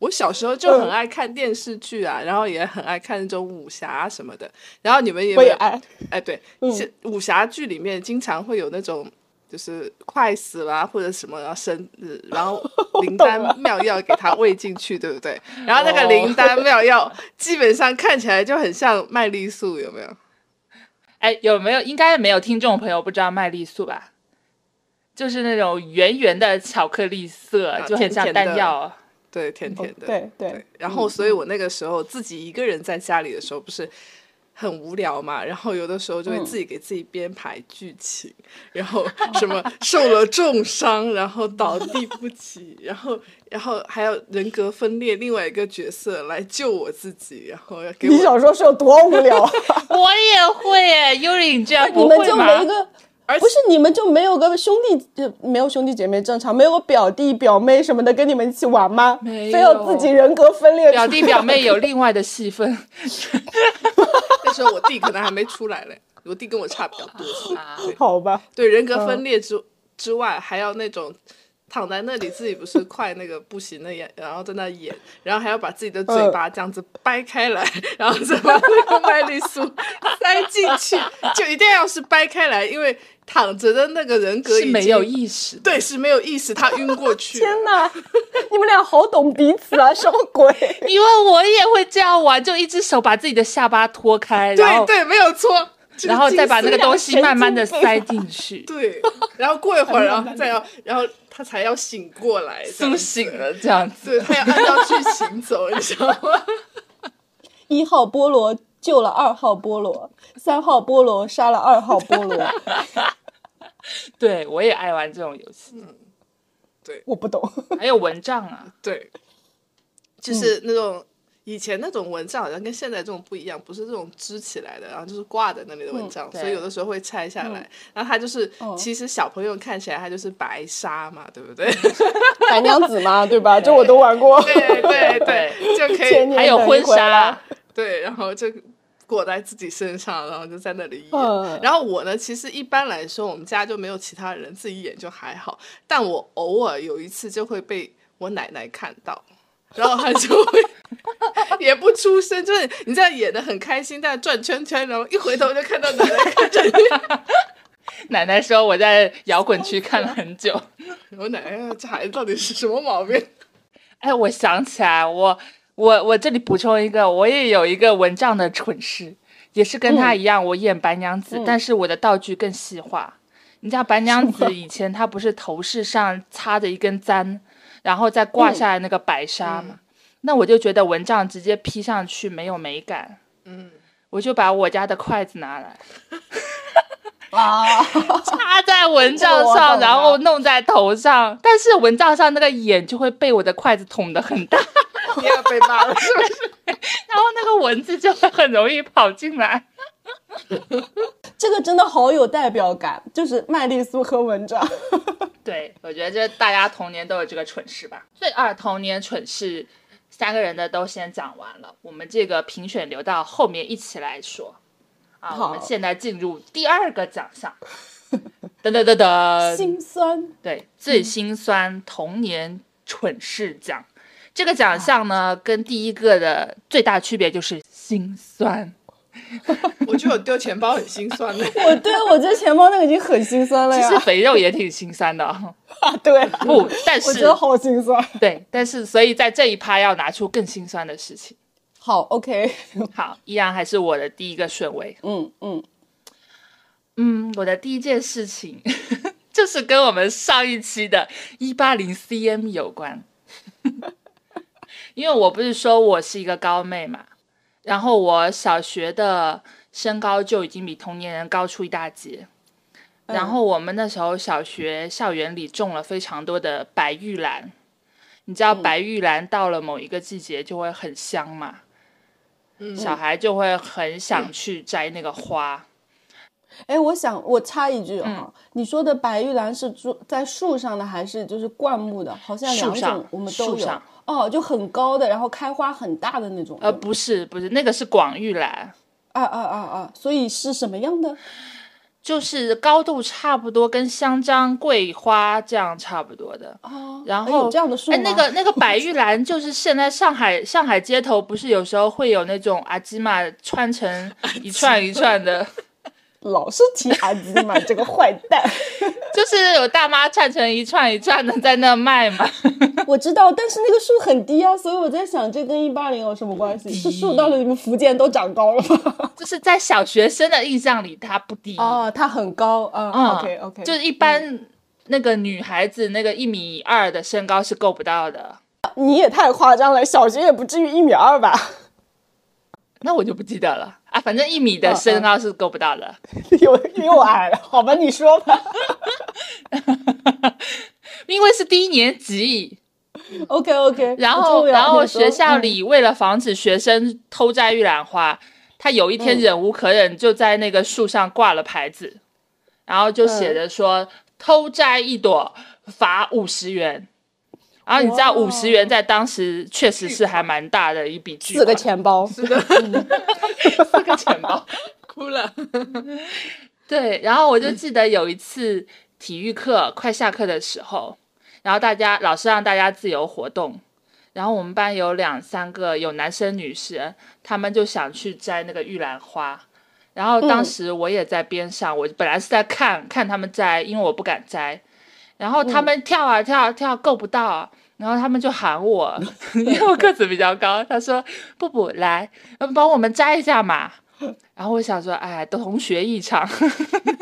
Speaker 3: 我小时候就
Speaker 4: 嗯
Speaker 3: 很爱看电视剧啊，然后也很爱看那种武侠啊什么的。然后你们也
Speaker 4: 我
Speaker 3: 没
Speaker 4: 也
Speaker 3: 有
Speaker 4: 爱。
Speaker 3: 哎，对，
Speaker 4: 嗯
Speaker 3: 是武侠剧里面经常会有那种就是快死啦、或者什么，然后神，呃 然后灵丹妙药给他喂进去，对不对？然后那个
Speaker 2: 哦
Speaker 3: 灵丹妙药基本上看起来就很像麦丽素，有没有？
Speaker 2: 哎，有没有应该没有听众朋友不知道麦丽素吧？就是那种圆圆的巧克力色，就很像
Speaker 3: 啊甜甜的
Speaker 2: 弹药。
Speaker 3: 对，甜甜
Speaker 4: 哦
Speaker 3: 的。
Speaker 4: 对对
Speaker 3: 对，然后所以我那个时候自己一个人在家里的时候，不是。很无聊嘛，然后有的时候就会自己给自己编排剧情，然后什么受了重伤，然后倒地不起，然后然后还有人格分裂另外一个角色来救我自己，然后要给
Speaker 4: 你
Speaker 3: 我，
Speaker 4: 小时候是有多无聊 啊？
Speaker 2: 我也会耶，优里，你这样
Speaker 4: 你
Speaker 2: 不
Speaker 4: 们
Speaker 2: 会
Speaker 4: 就
Speaker 2: 吗？
Speaker 4: 没个，不是你们就没有个兄弟，就没有兄弟姐妹正常，没有个表弟表妹什么的跟你们一起玩吗？
Speaker 2: 没有
Speaker 4: 非要自己人格分裂出来。
Speaker 2: 表弟表妹有另外的戏 份
Speaker 3: 那时候我弟可能还没出来嘞，我弟跟我差比较多岁，
Speaker 2: 啊，
Speaker 4: 好 吧，
Speaker 3: 对人格
Speaker 2: 嗯
Speaker 3: 分裂之、之外，还要那种躺在那里自己不是快那个不行的演，然后在那演，然后还要把自己的
Speaker 2: 嗯
Speaker 3: 嘴巴这样子掰开来，然后再把那个麦丽素塞进去，就一定要是掰开来，因为躺着的那个人格
Speaker 2: 是
Speaker 3: 已
Speaker 2: 没
Speaker 3: 经
Speaker 2: 有意识的。
Speaker 3: 对是没有意识，他晕 过去了。
Speaker 4: 天哪，你们俩好懂彼此啊，什么鬼？
Speaker 2: 因为我也会这样玩，就一只手把自己的下巴拖开，然后
Speaker 3: 对对，没有错，这
Speaker 2: 然后再把那个
Speaker 3: 精
Speaker 2: 东西慢慢的塞
Speaker 3: 啊
Speaker 2: 进 去，
Speaker 3: 髓对，然后过一会儿，然后再要，然后他才要醒过来，这
Speaker 2: 苏
Speaker 3: 样子
Speaker 2: 醒了这样子。
Speaker 3: 对他要按照剧情走，你知道吗？
Speaker 4: 一号菠萝救了二号菠萝，三号菠萝杀了二号菠萝。
Speaker 2: 对我也爱玩这种游戏，
Speaker 4: 我不懂，
Speaker 2: 还有蚊帐啊，
Speaker 3: 对，就是那种、以前那种蚊帐，好像跟现在这种不一样，不是这种支起来的，然后就是挂在那里的蚊帐，
Speaker 2: 对
Speaker 3: 所以有的时候会拆下来。然后它就是，
Speaker 4: 哦
Speaker 3: 其实小朋友看起来它就是白纱嘛，对不对？
Speaker 4: 白娘子嘛，对吧？这我都玩过。
Speaker 3: 对对对，就可
Speaker 4: 千
Speaker 3: 以
Speaker 4: 年
Speaker 2: 还有
Speaker 4: 等一
Speaker 2: 婚
Speaker 4: 回来
Speaker 2: 纱，
Speaker 3: 对，然后就裹在自己身上，然后就在那里演。
Speaker 4: 嗯
Speaker 3: 然后我呢，其实一般来说，我们家就没有其他人，自己演就还好。但我偶尔有一次就会被我奶奶看到，然后她就会也不出声，就是你这样演的很开心，但转圈圈，然后一回头就看到奶奶看着你。
Speaker 2: 奶奶说我在摇滚区看了很久。
Speaker 3: 我奶奶说这孩子到底是什么毛病？
Speaker 2: 哎，我想起来，我我我这里补充一个，我也有一个蚊帐的蠢事，也是跟他一样，我演白娘子，但是我的道具更细化。你知道白娘子以前她不是头饰上插着一根簪，然后再挂下来那个白纱吗？那我就觉得蚊帐直接披上去没有美感，
Speaker 3: 嗯，
Speaker 2: 我就把我家的筷子拿来
Speaker 4: 啊，
Speaker 2: 插在蚊
Speaker 4: 这
Speaker 2: 帐
Speaker 4: 个我懂
Speaker 2: 上，
Speaker 4: 了
Speaker 2: 然后弄在头上，但是蚊帐上那个眼就会被我的筷子捅得很大。
Speaker 3: 你也被骂了是不是？
Speaker 2: 然后那个蚊子就会很容易跑进来。
Speaker 4: 这个真的好有代表感，就是麦丽苏和文章。
Speaker 2: 对，我觉得这大家童年都有这个蠢事吧。最二童年蠢事，三个人的都先讲完了，我们这个评选留到后面一起来说。啊，
Speaker 4: 好
Speaker 2: 我们现在进入第二个奖项，噔噔噔 噔，
Speaker 4: 心酸，
Speaker 2: 对，最心酸童年蠢事奖。这个
Speaker 4: 啊
Speaker 2: 奖项呢，跟第一个的最大区别就是心酸。
Speaker 3: 我觉得我丢钱包很心酸的。
Speaker 4: 我对啊我这钱包那个已经很心酸了
Speaker 2: 其
Speaker 4: 呀
Speaker 2: 实。肥肉也挺心酸 的哦，
Speaker 4: 对啊，
Speaker 2: 不，但是
Speaker 4: 我觉得好心酸。
Speaker 2: 对，但是所以在这一趴要拿出更心酸的事情。
Speaker 4: 好，OK，
Speaker 2: 好，依然还是我的第一个顺位。
Speaker 4: 嗯嗯，
Speaker 2: 嗯，我的第一件事情 就是跟我们上一期的180 cm 有关， 因为我不是说我是一个高妹嘛，然后我小学的身高就已经比同龄人高出一大截。然后我们那时候小学校园里种了非常多的白玉兰，你知道白玉兰到了某一个季节就会很香嘛，小孩就会很想去摘那个花。
Speaker 4: 哎，我想我插一句啊，
Speaker 2: 嗯
Speaker 4: 你说的白玉兰是株在树上的还是就是灌木的？好像两
Speaker 2: 树上
Speaker 4: 种我们都
Speaker 2: 树
Speaker 4: 有
Speaker 2: 上。
Speaker 4: 哦，就很高的，然后开花很大的那种。
Speaker 2: 呃，不是不是，那个是广玉兰，
Speaker 4: 啊啊啊啊！所以是什么样的？
Speaker 2: 就是高度差不多跟香樟、桂花这样差不多的。
Speaker 4: 啊，
Speaker 2: 然
Speaker 4: 哎
Speaker 2: 后
Speaker 4: 有这样的树吗？
Speaker 2: 哎，那个 那个白玉兰，就是现在上海上海街头不是有时候会有那种阿基玛穿成一串一串的，
Speaker 4: 老是提阿基玛这个坏 蛋，
Speaker 2: 就是有大妈串成一串一串的在那卖 嘛。
Speaker 4: 我知道，但是那个树很低啊，所以我在想这跟一八零有什么关系？是树到了你们福建都长高了吗？
Speaker 2: 就是在小学生的印象里，它不低。
Speaker 4: 哦，嗯它很高啊。
Speaker 2: 啊嗯
Speaker 4: OK OK，
Speaker 2: 就是一般那个女孩子那个一米二的身高是够不到的。
Speaker 4: 你也太夸张了，小学也不至于一米二吧？
Speaker 2: 那我就不记得了啊，反正一米
Speaker 4: 嗯
Speaker 2: 的身高是够不到的。
Speaker 4: 有又矮了，好吧，你说吧。
Speaker 2: 因为是低年级，
Speaker 4: OK OK，
Speaker 2: 然
Speaker 4: 不
Speaker 2: 后
Speaker 4: 重要嗯
Speaker 2: 然后
Speaker 4: 那时候
Speaker 2: 学校里为了防止学生偷摘玉兰花，他有一
Speaker 4: 嗯
Speaker 2: 天忍无可忍，就在那个树上挂了牌子，然后就
Speaker 4: 嗯
Speaker 2: 写着说、偷摘一朵罚五十元。然后你知道
Speaker 4: 哇
Speaker 2: 五十元在当时确实是还蛮大的一笔巨
Speaker 4: 四个
Speaker 2: 款，
Speaker 4: 钱包，
Speaker 2: 四个钱包。
Speaker 3: 哭了，
Speaker 2: 对，然后我就记得有一次体育课快下课的时候，然后大家老师让大家自由活动，然后我们班有两三个有男生女生，他们就想去摘那个玉兰花，然后当
Speaker 4: 嗯
Speaker 2: 时我也在边上，我本来是在看看他们摘，因为我不敢摘，然后他们跳啊跳啊跳啊够不到啊、然后他们就喊 我，因为我个子比较高，他说：“布布来，呃帮我们摘一下嘛。”然后我想说，哎，都同学一场，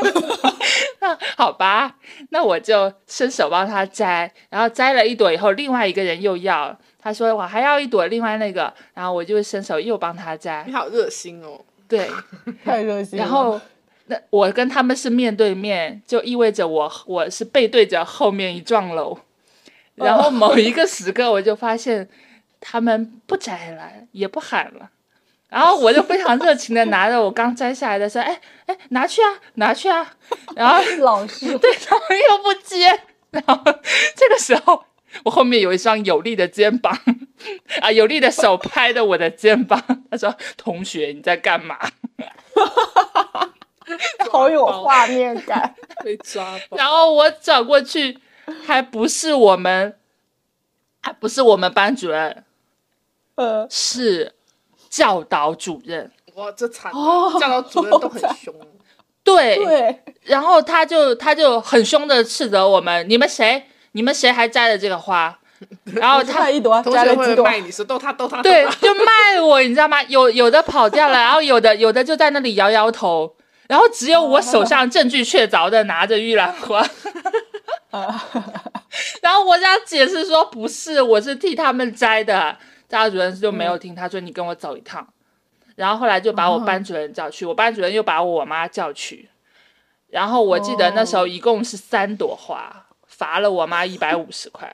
Speaker 2: 那好吧，那我就伸手帮他摘，然后摘了一朵以后，另外一个人又要，他说我还要一朵，另外那个，然后我就伸手又帮他摘
Speaker 3: 你，好热心哦。
Speaker 2: 对，
Speaker 4: 太热心了。
Speaker 2: 然后那我跟他们是面对面，就意味着我我是背对着后面一幢楼，然后某一个时刻我就发现他们不摘了，也不喊了。然后我就非常热情的拿着我刚摘下来的说，哎哎，拿去啊，拿去啊。然后
Speaker 4: 老 师，
Speaker 2: 对他们又不接，然后这个时候我后面有一双有力的肩膀， 啊，有力的手拍着我的肩膀，他说：“同学，你在干嘛？”
Speaker 4: 好有画面 感。
Speaker 3: 被抓包。
Speaker 2: 然后我转过去，还不是我们，还不是我们班主任，
Speaker 4: 呃，
Speaker 2: 是教导主任。
Speaker 3: 哇，这惨了
Speaker 4: 哦！
Speaker 3: 教导主任都很凶。
Speaker 2: 对，
Speaker 4: 对，
Speaker 2: 然后他就他就很凶的斥责我们：“你们谁？你们谁还摘了这个 花？”然后他
Speaker 4: 看一朵，
Speaker 3: 同
Speaker 4: 摘
Speaker 3: 学
Speaker 4: 了几
Speaker 3: 会
Speaker 4: 朵，
Speaker 3: 卖你说逗他逗他。
Speaker 2: 对
Speaker 3: 逗他，
Speaker 2: 就卖我，你知道吗？有有的跑掉了，然后有的有的就在那里摇摇头，然后只有我手上证据确凿的拿着玉兰花，然后我想解释说不是，我是替他们摘的。教主任就没有听，他说你跟我走一趟，然后后来就把我班主任叫去，我班主任又把我妈叫去，然后我记得那时候一共是三朵花，罚了我妈一百五十块，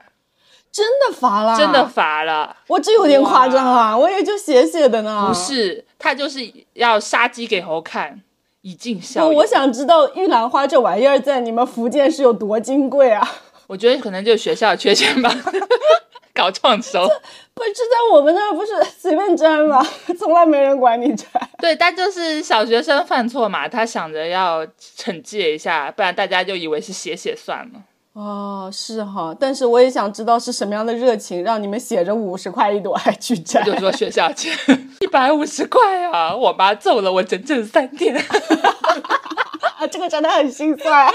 Speaker 4: 真的乏了，
Speaker 2: 真的，罚了。
Speaker 4: 我这有点夸张啊，我也就写写的呢。
Speaker 2: 不是，他就是要杀鸡给猴看，以儆效
Speaker 4: 我
Speaker 2: 尤。
Speaker 4: 我，想知道玉兰花这玩意儿在你们福建是有多金贵啊？
Speaker 2: 我觉得可能就是学校的缺陷吧， 搞创收。
Speaker 4: 不是在我们那儿不是随便摘吗？ 从来没人管你摘。
Speaker 2: 对，但就是小学生犯错嘛，他想着要惩戒一下，不然大家就以为是写写算了。
Speaker 4: 哦，是哈，但是我也想知道是什么样的热情让你们写着五十块一朵还去摘。
Speaker 2: 就说学校钱一百五十块啊，我妈揍了我整整三天，
Speaker 4: 啊，这个真的很心 酸。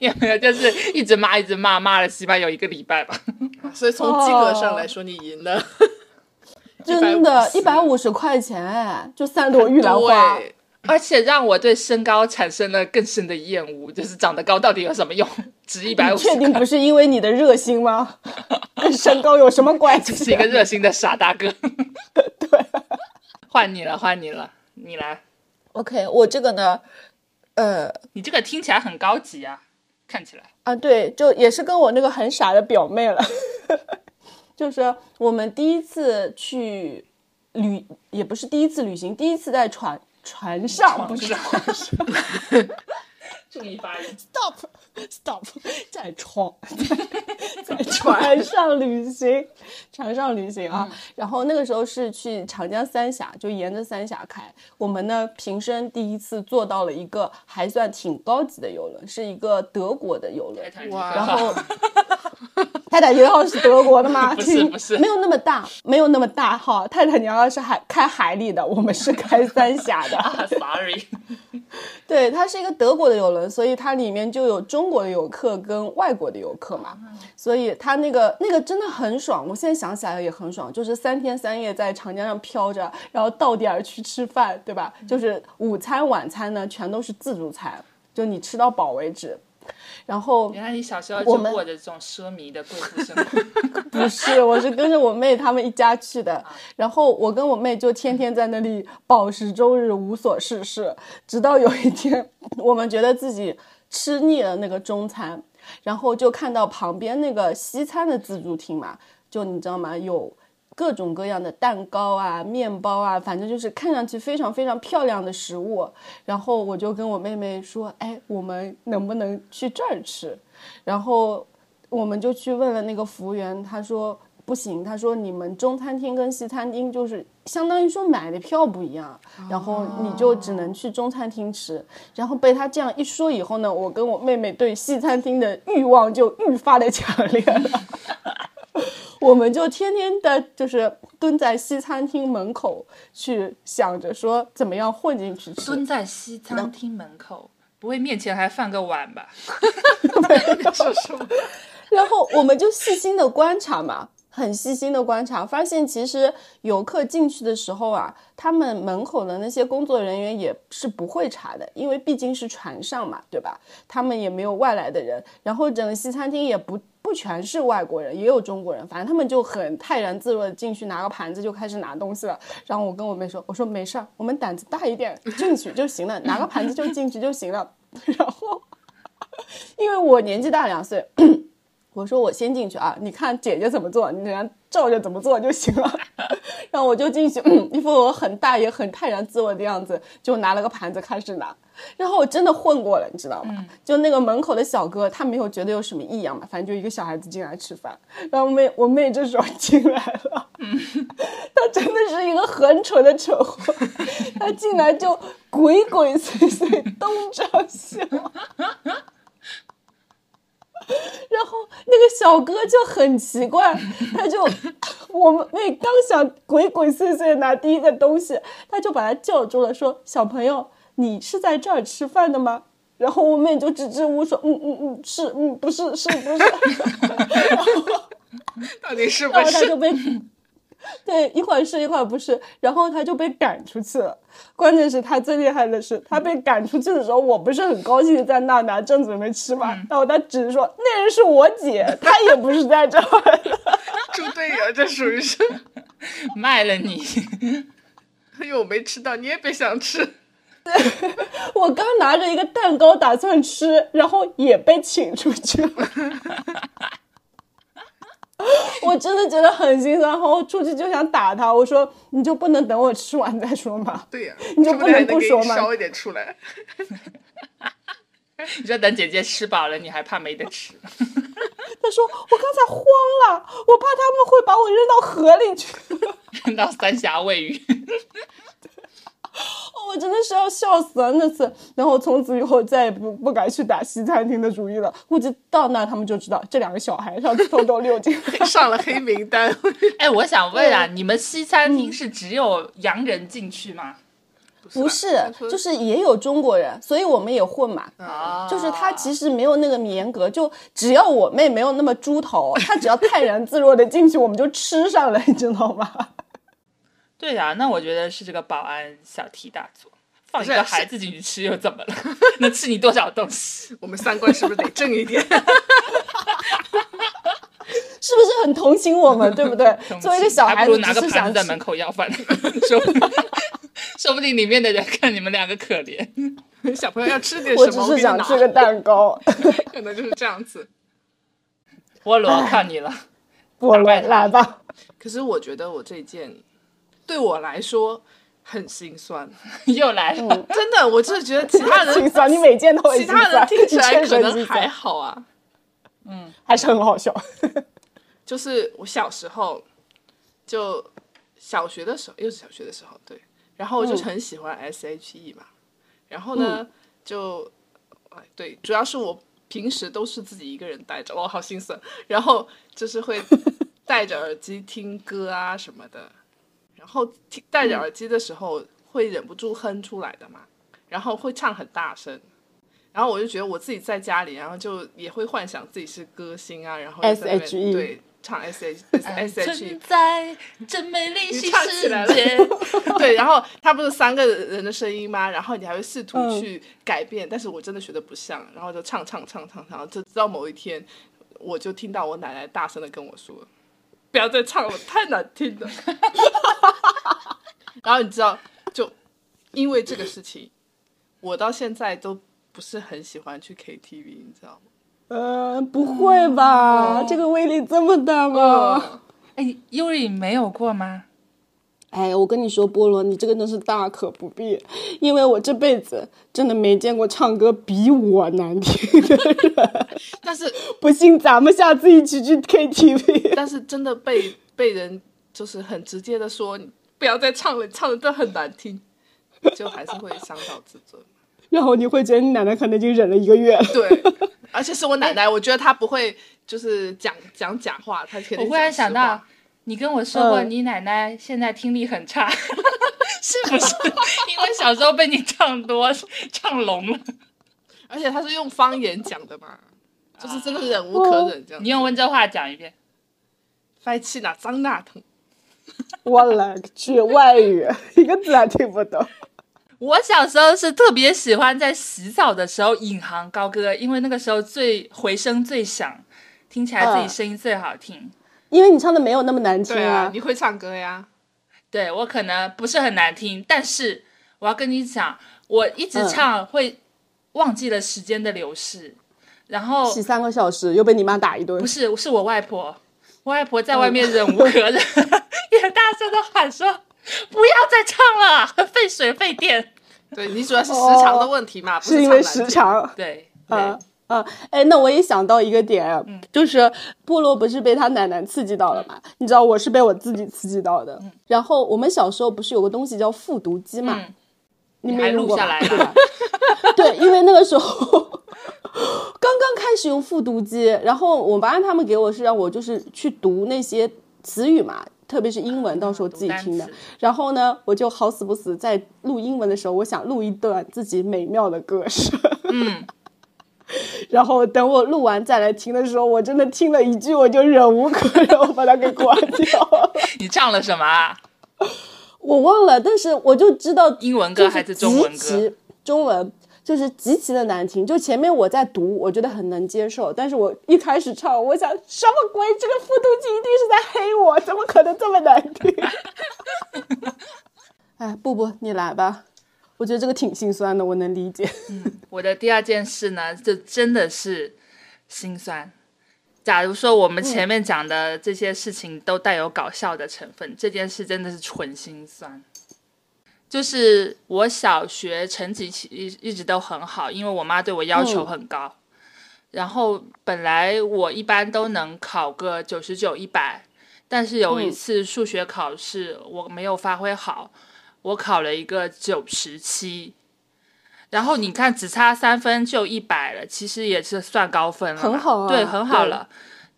Speaker 2: 也没有，就是一直骂，一直骂，骂了起码有一个礼拜吧。
Speaker 3: 所以从金额上来说，你赢了。
Speaker 4: 哦真的，一
Speaker 3: 150
Speaker 4: 百五十块钱哎，就三朵玉兰花。
Speaker 3: 对
Speaker 2: 而且让我对身高产生了更深的厌恶，就是长得高到底有什么用？值一百
Speaker 4: 你
Speaker 2: 五十
Speaker 4: 确定不是因为你的热心吗？ 跟身高有什么关系？
Speaker 2: 是一个热心的傻大哥。 对，啊换你了，换你了，你来，
Speaker 4: OK，我这个呢，呃
Speaker 2: 你这个听起来很高级啊，看起来。
Speaker 4: 啊，对，就也是跟我那个很傻的表妹了， 就是我们第一次去旅，也不是第一次旅行，第一次在船船上，不是
Speaker 2: 床上。注意发音。
Speaker 4: stop stop，在 床在船上旅行，船上旅行啊。然后那个时候是去长江三峡，就沿着三峡开。我们呢，平生第一次坐到了一个还算挺高级的游轮，是一个德国的游轮。
Speaker 3: 哇
Speaker 4: 然 后泰坦尼克号是德国的吗？
Speaker 2: 不是
Speaker 4: 请
Speaker 2: 不是
Speaker 4: 没有那么大，没有那么大哈。泰坦尼克号是海开海里的，我们是开三峡 的。
Speaker 2: 啊，sorry，
Speaker 4: 对，它是一个德国的游轮，所以它里面就有中国的游客跟外国的游客嘛，所以它那个那个真的很爽，我现在想起来也很爽，就是三天三夜在长江上飘着，然后到点儿去吃饭，对吧？
Speaker 2: 嗯
Speaker 4: 就是午餐晚餐呢全都是自助餐，就你吃到饱为止。然后
Speaker 2: 原来你小时候
Speaker 4: 我
Speaker 2: 就
Speaker 4: 们
Speaker 2: 过着这种奢靡的贵妇生活。
Speaker 4: 不是，我是跟着我妹他们一家去的，然后我跟我妹就天天在那里饱食终日，无所事事，直到有一天， 我们觉得自己吃腻了那个中餐，然后就看到旁边那个西餐的自助厅嘛，就你知道吗？有各种各样的蛋糕啊、面包啊，反正就是看上去非常非常漂亮的食物。然后我就跟我妹妹说：“哎，我们能不能去这儿吃？”然后我们就去问了那个服务员，他说不行，他说你们中餐厅跟西餐厅就是相当于说买的票不一样，然后你就只能去中餐厅吃。然后被他这样一说以后呢，我跟我妹妹对西餐厅的欲望就愈发的强烈了。 我们就天天的，就是蹲在西餐厅门口去想着说怎么样混进去吃。
Speaker 2: 蹲在西餐厅门口，不会面前还放个碗吧？
Speaker 3: 说什么？
Speaker 4: 然后我们就细心的观察嘛，很细心的观察，发现其实游客进去的时候啊，他们门口的那些工作人员也是不会查的，因为毕竟是船上嘛，对吧？他们也没有外来的人，然后整个西餐厅也不不全是外国人，也有中国人，反正他们就很泰然自若的进去拿个盘子就开始拿东西了。然后我跟我妹说，我说没事儿，我们胆子大一点，进去就行了，拿个盘子就进去就行了。 然后，因为我年纪大两岁。我说我先进去啊，你看姐姐怎么做，你等下照着怎么做就行了。 然后我就进去，嗯一副我很大也很泰然自若的样子，就拿了个盘子开始拿。然后我真的混过了，你知道吗？就那个门口的小哥，他没有觉得有什么异样嘛，反正就一个小孩子进来吃饭。然后我妹我妹这时候进来了， 她真的是一个很蠢的蠢货， 她进来就鬼鬼祟祟，东张西望。然后那个小哥就很奇怪， 他就我们那刚想鬼鬼祟祟地拿第一个东西，他就把他叫住了，说：“小朋友，你是在这儿吃饭的吗？”然后我妹就支支吾吾说：“嗯嗯嗯，是，嗯不是是不是。”
Speaker 2: 到底是
Speaker 4: 然后他就被，对，一会儿是一会儿不是，然后他就被赶出去了。关键是他最厉害的是，他被赶出去的时候，我不是很高兴，在那拿正准备吃嘛，然后他只是说那人是我姐，她也不是在这儿。
Speaker 3: 猪队友，这属于是，
Speaker 2: 卖了你？
Speaker 3: 因为我没吃到，你也别想吃。
Speaker 4: 我刚拿着一个蛋糕打算吃，然后也被请出去了。 我真的觉得很心酸，然后我出去就想打他。我说你就不能等我吃完再说吗？
Speaker 3: 对呀、
Speaker 4: 你就
Speaker 3: 说
Speaker 4: 不
Speaker 3: 定还
Speaker 4: 能不
Speaker 3: 给
Speaker 4: 说
Speaker 3: 你
Speaker 4: 嘛
Speaker 3: 烧一点出来。
Speaker 2: 你说等姐姐吃饱了，你还怕没得吃？
Speaker 4: 他说：“我刚才慌了，我怕他们会把我扔到河里去。
Speaker 2: 到三峡喂鱼，
Speaker 4: 哦”我真的是要笑死了那次。然后从此以后再也不不敢去打西餐厅的主意了。估计到那他们就知道这两个小孩上次偷偷溜进来。
Speaker 3: 上了黑名 单，
Speaker 2: 哎，我想问啊，你们西餐厅是只有洋人进去吗？
Speaker 4: 不 是，就是也有中国人，所以我们也混嘛。
Speaker 2: 啊
Speaker 4: 就是他其实没有那个严格，就只要我妹没有那么猪头，她只要泰然自若的进去，我们就吃上了，你知道吗？
Speaker 2: 对呀、那我觉得是这个保安小题大做，放一
Speaker 3: 不
Speaker 2: 个
Speaker 3: 是
Speaker 2: 孩子进去吃又怎么了？ 能吃你多少东 西？
Speaker 3: 我们三观是不是得正一点？
Speaker 4: 是不是很同情我们，对不对？作为一个小
Speaker 2: 还
Speaker 4: 孩
Speaker 2: 不
Speaker 4: 子，
Speaker 2: 如拿
Speaker 4: 只
Speaker 2: 个
Speaker 4: 是
Speaker 2: 盘
Speaker 4: 想
Speaker 2: 子在
Speaker 4: 吃
Speaker 2: 门口要饭， 说不定说不定里面的人看你们两个可怜。
Speaker 3: 小朋友要吃点
Speaker 4: 我
Speaker 3: 什
Speaker 4: 只
Speaker 3: 么？
Speaker 4: 是想吃
Speaker 3: 吃
Speaker 4: 个蛋 糕。
Speaker 3: 可能就是这样子。
Speaker 2: 菠萝靠你了，
Speaker 4: 我
Speaker 2: 来
Speaker 4: 来
Speaker 2: 来
Speaker 4: 来吧，
Speaker 3: 可是我觉得我这件对我来说很心酸，
Speaker 2: 又来了。
Speaker 3: 真的，我真的觉得其他
Speaker 4: 心
Speaker 3: 人
Speaker 4: 酸，你每件都很
Speaker 3: 其
Speaker 4: 心
Speaker 3: 他
Speaker 4: 酸，
Speaker 3: 人听起来
Speaker 4: 你确实
Speaker 3: 可
Speaker 4: 很
Speaker 3: 能
Speaker 4: 心
Speaker 3: 还
Speaker 4: 酸
Speaker 3: 好啊。
Speaker 4: 还是很好笑。
Speaker 3: 就是我小时候，就小学的时候，又是小学的时候，对，然后我就很喜欢 S.H.E 嘛，然后呢，就，哎，对，主要是我平时都是自己一个人带着，哇，好心酸，然后就是会戴着耳机听歌啊什么的，然后听戴着耳机的时候会忍不住哼出来的嘛，然后会唱很大声。然后我就觉得我自己在家里，然后就也会幻想自己是歌星啊，然后就在那边
Speaker 4: SHE
Speaker 3: 对唱 S H
Speaker 2: 哎
Speaker 3: S H E
Speaker 2: 存在真美丽新
Speaker 3: 唱
Speaker 2: 世
Speaker 3: 起来
Speaker 2: 界。
Speaker 3: 对， 然后他不是三个人的声音吗？然后你还会试图去改变，但是我真的学的不像，然后就唱唱唱唱唱，就直到某一天，我就听到我奶奶大声的跟我说：“不要再唱了，太难听了。” 然后你知道，就因为这个事情，我到现在都不是很喜欢去 KTV，你知道吗？
Speaker 4: 呃，不会吧？这个威力这么大吗？
Speaker 2: 哎，优里没有过吗？
Speaker 4: 哎，我跟你说，菠萝，你这个真是大可不必，因为我这辈子真的没见过唱歌比我难听的人。
Speaker 3: 但是
Speaker 4: 不信，咱们下次一起去 KTV。
Speaker 3: 但是真的被被人就是很直接的说，你不要再唱了，你唱的真的很难听，就还是会伤到自尊。
Speaker 4: 然后你会觉得你奶奶可能已经忍了一个月了。
Speaker 3: 对，而且是我奶奶，我觉得她不会就是讲讲假话，她肯定
Speaker 2: 我忽然
Speaker 3: 讲
Speaker 2: 想
Speaker 3: 实
Speaker 2: 到
Speaker 3: 话，，
Speaker 2: 你跟我说过
Speaker 4: 嗯
Speaker 2: 你奶奶现在听力很差， 是不是？ 因为小时候被你唱多唱聋了。
Speaker 3: 而且她是用
Speaker 4: 哦
Speaker 3: 方言讲的嘛，就是真的忍无可忍这样
Speaker 2: 你。用温州话讲一遍，
Speaker 3: 外气哪脏哪疼。
Speaker 4: 我勒个去，外语一个字还听不懂。
Speaker 2: 我小时候是特别喜欢在洗澡的时候引吭高歌，因为那个时候最回声最响，听起来自己
Speaker 4: 嗯
Speaker 2: 声音最好听。
Speaker 4: 因为你唱的没有那么难听
Speaker 3: 对啊，你会唱歌呀？
Speaker 2: 对我可能不是很难听，但是我要跟你讲，我一直
Speaker 4: 嗯
Speaker 2: 唱会忘记了时间的流逝，然后
Speaker 4: 洗三个小时又被你妈打一顿
Speaker 2: 不，是，是我外婆，我外婆在外面忍无可忍，也大声的喊说：“不要再唱了，费水费电。
Speaker 3: 对你主要是时长的问题嘛，不
Speaker 4: 哦是因
Speaker 3: 唱
Speaker 4: 为
Speaker 3: 难听
Speaker 4: 时。长。
Speaker 2: 对”对，嗯
Speaker 4: 啊啊！哎，那我也想到一个点，就是菠萝不是被他奶奶刺激到了嘛？你知道我是被我自己刺激到的。然后我们小时候不是有个东西叫复读机嘛？
Speaker 2: 嗯
Speaker 4: 你
Speaker 2: 你还
Speaker 4: 没用
Speaker 2: 录
Speaker 4: 过
Speaker 2: 下
Speaker 4: 吧
Speaker 2: 来
Speaker 4: 对
Speaker 2: 了
Speaker 4: 吧？ 对，因为那个时候刚刚开始用复读机，然后我妈他们给我是让我就是去读那些词语嘛，特别是英文，到时候自己听的
Speaker 2: 读单词。
Speaker 4: 然后呢，我就好死不死在录英文的时候，我想录一段自己美妙的歌声。
Speaker 2: 嗯，
Speaker 4: 然后等我录完再来听的时候，我真的听了一句我就忍无可忍，我把它给关掉了。
Speaker 2: 你唱了什么啊？
Speaker 4: 我忘了，但是我就知道
Speaker 2: 英文
Speaker 4: 就
Speaker 2: 歌
Speaker 4: 是
Speaker 2: 还
Speaker 4: 极
Speaker 2: 中文歌？
Speaker 4: 其中文就是极其的难听。就前面我在读，我觉得很能接受，但是我一开始唱，我想什么鬼？这个复读机一定是在黑我，怎么可能这么难听？ 哎，布布，你来吧。我觉得这个挺心酸的，我能理解。
Speaker 2: 我的第二件事呢，就真的是心酸。假如说我们前面讲的这些事情都带有搞笑的成分，这件事真的是纯心酸。就是我小学成绩其一一直都很好，因为我妈对我要求很高。然后本来我一般都能考个九十九、一百，但是有一
Speaker 4: 嗯
Speaker 2: 次数学考试我没有发挥好，我考了一个九十七。然后你看，只差三分就一百了，其实也是算高分了嘛，
Speaker 4: 很好啊
Speaker 2: 对，很好
Speaker 4: 对嗯
Speaker 2: 了。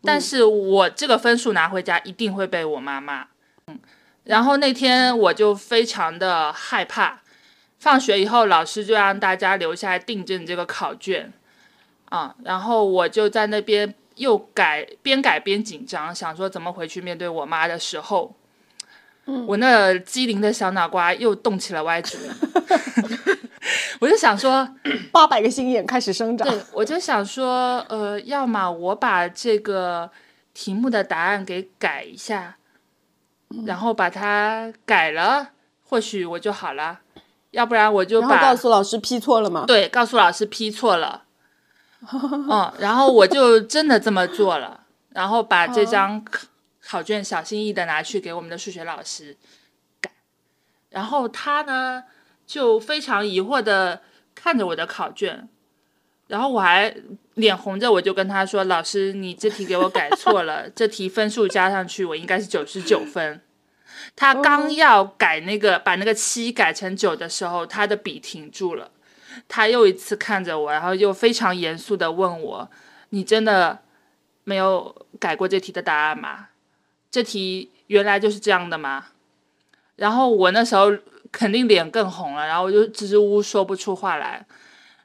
Speaker 2: 但是我这个分数拿回家一定会被我妈骂。嗯，然后那天我就非常的害怕，放学以后老师就让大家留下来订正这个考卷啊，然后我就在那边又改，边改边紧张，想说怎么回去面对我妈的时候。
Speaker 4: 嗯
Speaker 2: 我那机灵的小脑瓜又动起了歪主意， 我就想说，
Speaker 4: 八百个心眼开始生长。
Speaker 2: 对，我就想说，呃，要么我把这个题目的答案给改一下，
Speaker 4: 嗯
Speaker 2: 然后把它改了，或许我就好了；要不然我就
Speaker 4: 然后
Speaker 2: 把
Speaker 4: 告诉老师批错了吗？
Speaker 2: 对，告诉老师批错了。嗯，然后我就真的这么做了，然后把这张考考卷小心翼翼的拿去给我们的数学老师改，然后他呢就非常疑惑的看着我的考卷，然后我还脸红着，我就跟他说：“老师，你这题给我改错了，这题分数加上去我应该是九十九分。”他刚要改那个把那个七改成九的时候，他的笔停住了。他又一次看着我，然后又非常严肃的问我：“你真的没有改过这题的答案吗？这题原来就是这样的吗？”然后我那时候肯定脸更红了，然后我就支支吾吾说不出话来。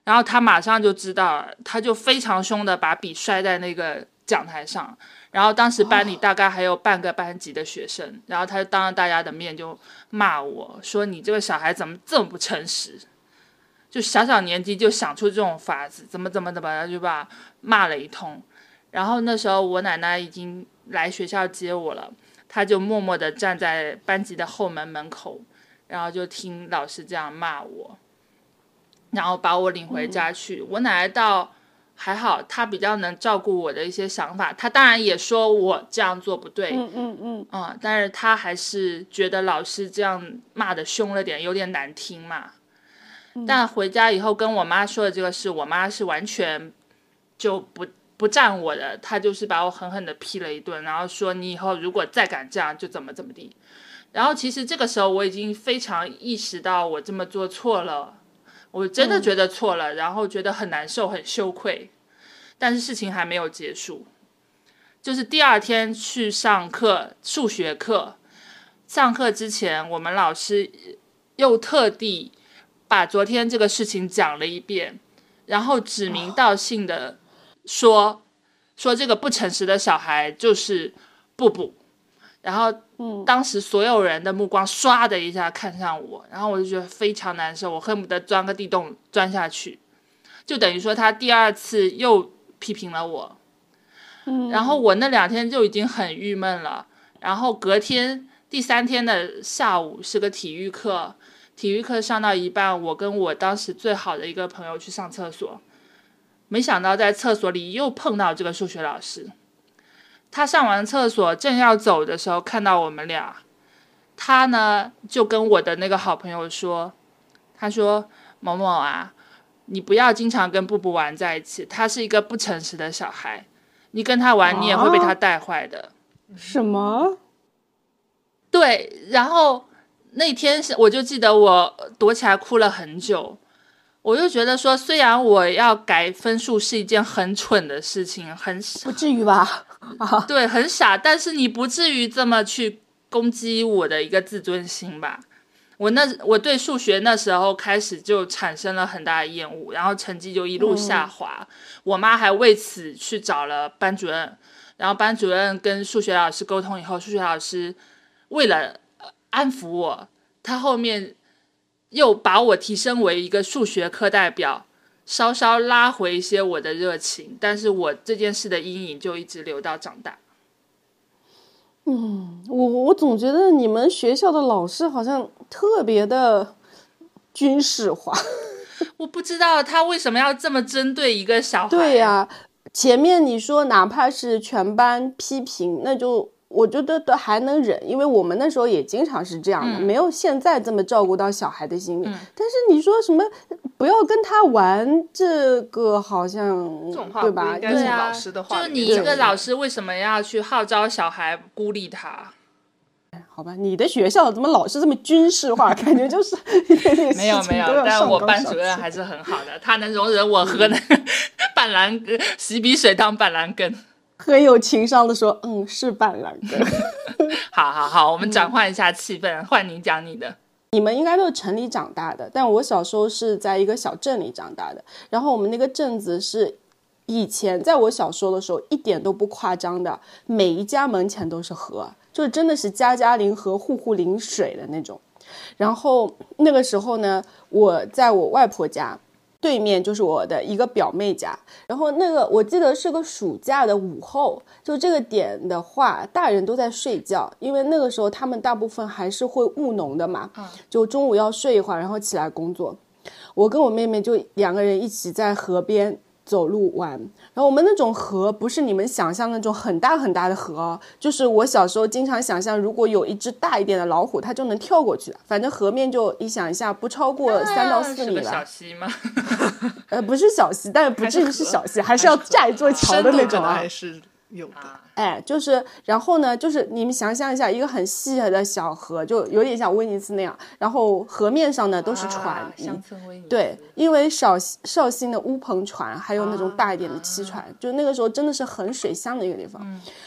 Speaker 2: 然后他马上就知道了，他就非常凶的把笔摔在那个讲台上。然后当时班里大概还有半个班级的学生，然后他就当着大家的面就骂我说：“你这个小孩怎么这么不诚实？”就小小年纪就想出这种法子，怎么怎么怎么就把骂了一通。然后那时候我奶奶已经来学校接我了，她就默默地站在班级的后门门口，然后就听老师这样骂我，然后把我领回家去。我奶奶倒还好，她比较能照顾我的一些想法，她当然也说我这样做不对，
Speaker 4: 嗯嗯嗯，
Speaker 2: 嗯，但是他还是觉得老师这样骂的凶了点，有点难听嘛。但回家以后跟我妈说的这个事，我妈是完全就不不站我的，她就是把我狠狠的批了一顿，然后说你以后如果再敢这样，就怎么怎么地。然后其实这个时候我已经非常意识到我这么做错了，我真的觉得错了，然后觉得很难受、很羞愧。但是事情还没有结束，就是第二天去上课，数学课。上课之前，我们老师又特地把昨天这个事情讲了一遍，然后指名道姓的说、说这个不诚实的小孩就是布布，然后，当时所有人的目光唰的一下看向我，然后我就觉得非常难受，我恨不得钻个地洞钻下去，就等于说他第二次又批评了我，然后我那两天就已经很郁闷了，然后隔天第三天的下午是个体育课，体育课上到一半，我跟我当时最好的一个朋友去上厕所，没想到在厕所里又碰到这个数学老师。他上完厕所正要走的时候，看到我们俩，他呢就跟我的那个好朋友说：“他说某某啊，你不要经常跟布布玩在一起，他是一个不诚实的小孩，你跟他玩你也会被他带坏的。
Speaker 4: 什么？
Speaker 2: 对，然后那天是我就记得我躲起来哭了很久，我就觉得说，虽然我要改分数是一件很蠢的事情，很
Speaker 4: 不至于吧？
Speaker 2: 对，很傻，但是你不至于这么去攻击我的一个自尊心吧？我那我对数学那时候开始就产生了很大的厌恶，然后成绩就一路下滑。我妈还为此去找了班主任，然后班主任跟数学老师沟通以后，数学老师为了呃安抚我，他后面又把我提升为一个数学课代表，稍稍拉回一些我的热情，但是我这件事的阴影就一直留到长大。
Speaker 4: 我我总觉得你们学校的老师好像特别的军事化。
Speaker 2: 我不知道他为什么要这么针对一个小孩。
Speaker 4: 对呀、、
Speaker 2: 哎
Speaker 4: 前面你说哪怕是全班批评，那就我觉得都还能忍，因为我们那时候也经常是这样
Speaker 2: 嗯
Speaker 4: 的，没有现在这么照顾到小孩的心理。但是你说什么不要跟他玩，这个好像
Speaker 3: 这种话
Speaker 4: 对
Speaker 3: 不
Speaker 4: 吧？
Speaker 3: 应该
Speaker 4: 就是
Speaker 2: 对啊
Speaker 3: 老师的话
Speaker 2: 就
Speaker 3: 里
Speaker 2: 你
Speaker 3: 面
Speaker 2: 一
Speaker 3: 讲
Speaker 2: 个老师为什么要去号召小孩孤立他？
Speaker 4: 好吧，你的学校怎么老是这么军事化？ 感觉就是一点点事
Speaker 2: 没有
Speaker 4: 情
Speaker 2: 没有
Speaker 4: 都要，
Speaker 2: 但
Speaker 4: 上
Speaker 2: 我
Speaker 4: 纲
Speaker 2: 班
Speaker 4: 上
Speaker 2: 主任
Speaker 4: 线
Speaker 2: 还是很好的，他能容忍我喝那个
Speaker 3: 嗯
Speaker 2: 板蓝根洗笔水当板蓝根。
Speaker 4: 很有情商的说，嗯，是板蓝根。
Speaker 2: 好好好，我们
Speaker 4: 嗯
Speaker 2: 转换一下气氛，换你讲你的。
Speaker 4: 你们应该都是城里长大的，但我小时候是在一个小镇里长大的。然后我们那个镇子是以前在我小时候的时候一点都不夸张的，每一家门前都是河，就是真的是家家临河，户户临水的那种。然后那个时候呢，我在我外婆家。对面就是我的一个表妹家，然后那个我记得是个暑假的午后，就这个点的话，大人都在睡觉，因为那个时候他们大部分还是会务农的嘛，
Speaker 2: 嗯
Speaker 4: 就中午要睡一会儿，然后起来工作。我跟我妹妹就两个人一起在河边走路玩，然后我们那种河不是你们想象那种很大很大的河哦，就是我小时候经常想象，如果有一只大一点的老虎，它就能跳过去了。反正河面就你想一下，不超过三到四
Speaker 2: 啊是
Speaker 4: 米
Speaker 2: 个
Speaker 4: 吧。
Speaker 2: 小溪吗？
Speaker 4: 呃，不是小溪，但不至于是小溪，还是要架一座桥
Speaker 3: 深
Speaker 4: 的
Speaker 3: 度
Speaker 4: 那
Speaker 3: 可
Speaker 4: 种
Speaker 3: 能
Speaker 4: 啊
Speaker 3: 还。是有的。
Speaker 4: 哎，就是，然后呢，就是你们想象一下，一个很细的小河，就有点像威尼斯那样，然后河面上呢都是船，嗯
Speaker 2: 啊乡村威尼斯
Speaker 4: 对，因为绍绍兴的乌篷船，还有那种大一点的汽船，就那个时候真的是很水乡的一个地方。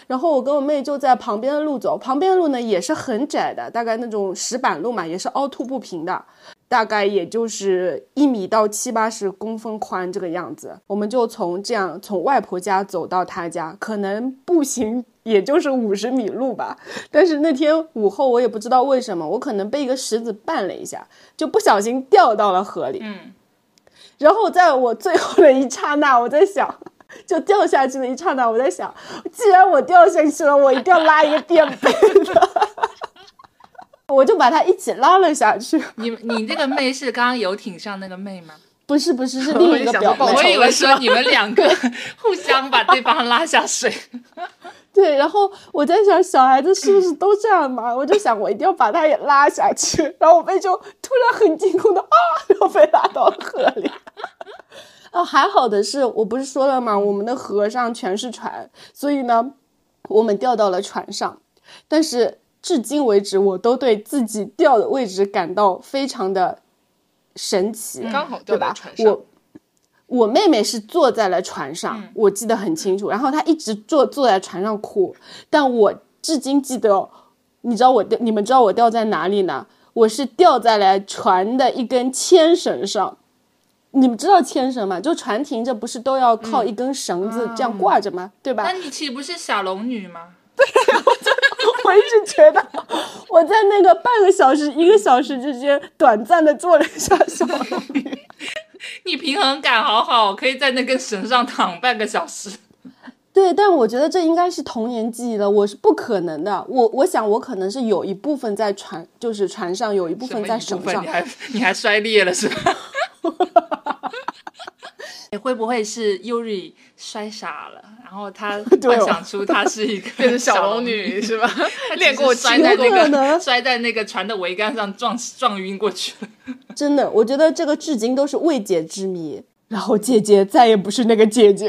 Speaker 4: 然后我跟我妹就在旁边的路走，旁边的路呢也是很窄的，大概那种石板路嘛，也是凹凸不平的，大概也就是一米到七八十公分宽这个样子。我们就从这样从外婆家走到她家，可能步行也就是五十米路吧。但是那天午后，我也不知道为什么，我可能被一个石子绊了一下，就不小心掉到了河里。
Speaker 2: 嗯，
Speaker 4: 然后在我最后的一刹那，我在想， 就掉下去的一刹那，我在想，既然我掉下去了，我一定要拉一个垫背的。 我就把它一起拉了下去，
Speaker 2: 你你那个妹是刚刚游艇上那个妹 吗？
Speaker 4: 不是不是是另一个表
Speaker 3: 我
Speaker 4: 妹
Speaker 2: 我以
Speaker 3: 也想说，丑
Speaker 2: 为
Speaker 3: 了
Speaker 2: 说你们两个 互相把对方拉 下水。
Speaker 4: 啊对，然后我在想小孩子是不是都这样嘛？我就想我一定要把他也拉下去， 然后我妹就突然很惊恐的啊， 然后被拉到河里。啊，还好的是，我不是说了嘛，我们的河上全是船，所以呢，我们掉到了船上。但是至今为止，我都对自己掉的位置感到非常的神奇。
Speaker 3: 嗯刚好
Speaker 4: 对
Speaker 3: 掉在
Speaker 4: 吧？
Speaker 3: 船上
Speaker 4: 我，我妹妹是坐在了船上，
Speaker 3: 嗯
Speaker 4: 我记得很清楚。然后她一直坐坐在船上哭，但我至今记得哦，你知道我掉，你们知道我掉在哪里呢？我是掉在了船的一根牵绳上。你们知道牵绳吗？就船停着不是都要靠
Speaker 2: 嗯啊
Speaker 4: 一根绳子这样挂着吗？对吧？
Speaker 2: 那你岂不是小龙女吗？
Speaker 4: 我一直觉 得我在那个半个小时、一个小时之间短暂的做了一下 小龙女。
Speaker 2: 你平衡感好好，可以在那根绳上躺半个 小时。
Speaker 4: 对，但我觉得这应该是童年记忆了，我是不可能的。我我想我可能是有一部分在船，就是船上有一部分在
Speaker 2: 什
Speaker 4: 绳
Speaker 2: 么一部
Speaker 4: 上
Speaker 2: 分你。还你还摔裂了是 吧？你会不会是优瑞摔傻了，然后他
Speaker 4: 对
Speaker 2: 幻
Speaker 4: 哦
Speaker 2: 想出他是 一个
Speaker 3: 变成小
Speaker 2: 龙
Speaker 3: 龙女是吧？
Speaker 2: 她只是
Speaker 3: 练过
Speaker 2: 摔
Speaker 3: 气
Speaker 2: 在
Speaker 4: 功有可
Speaker 2: 那个
Speaker 4: 能
Speaker 2: 摔在那个船的桅杆上撞撞晕过去了。
Speaker 4: 真的，我觉得这个至今都是未解之谜。然后姐姐再也不是那个姐姐，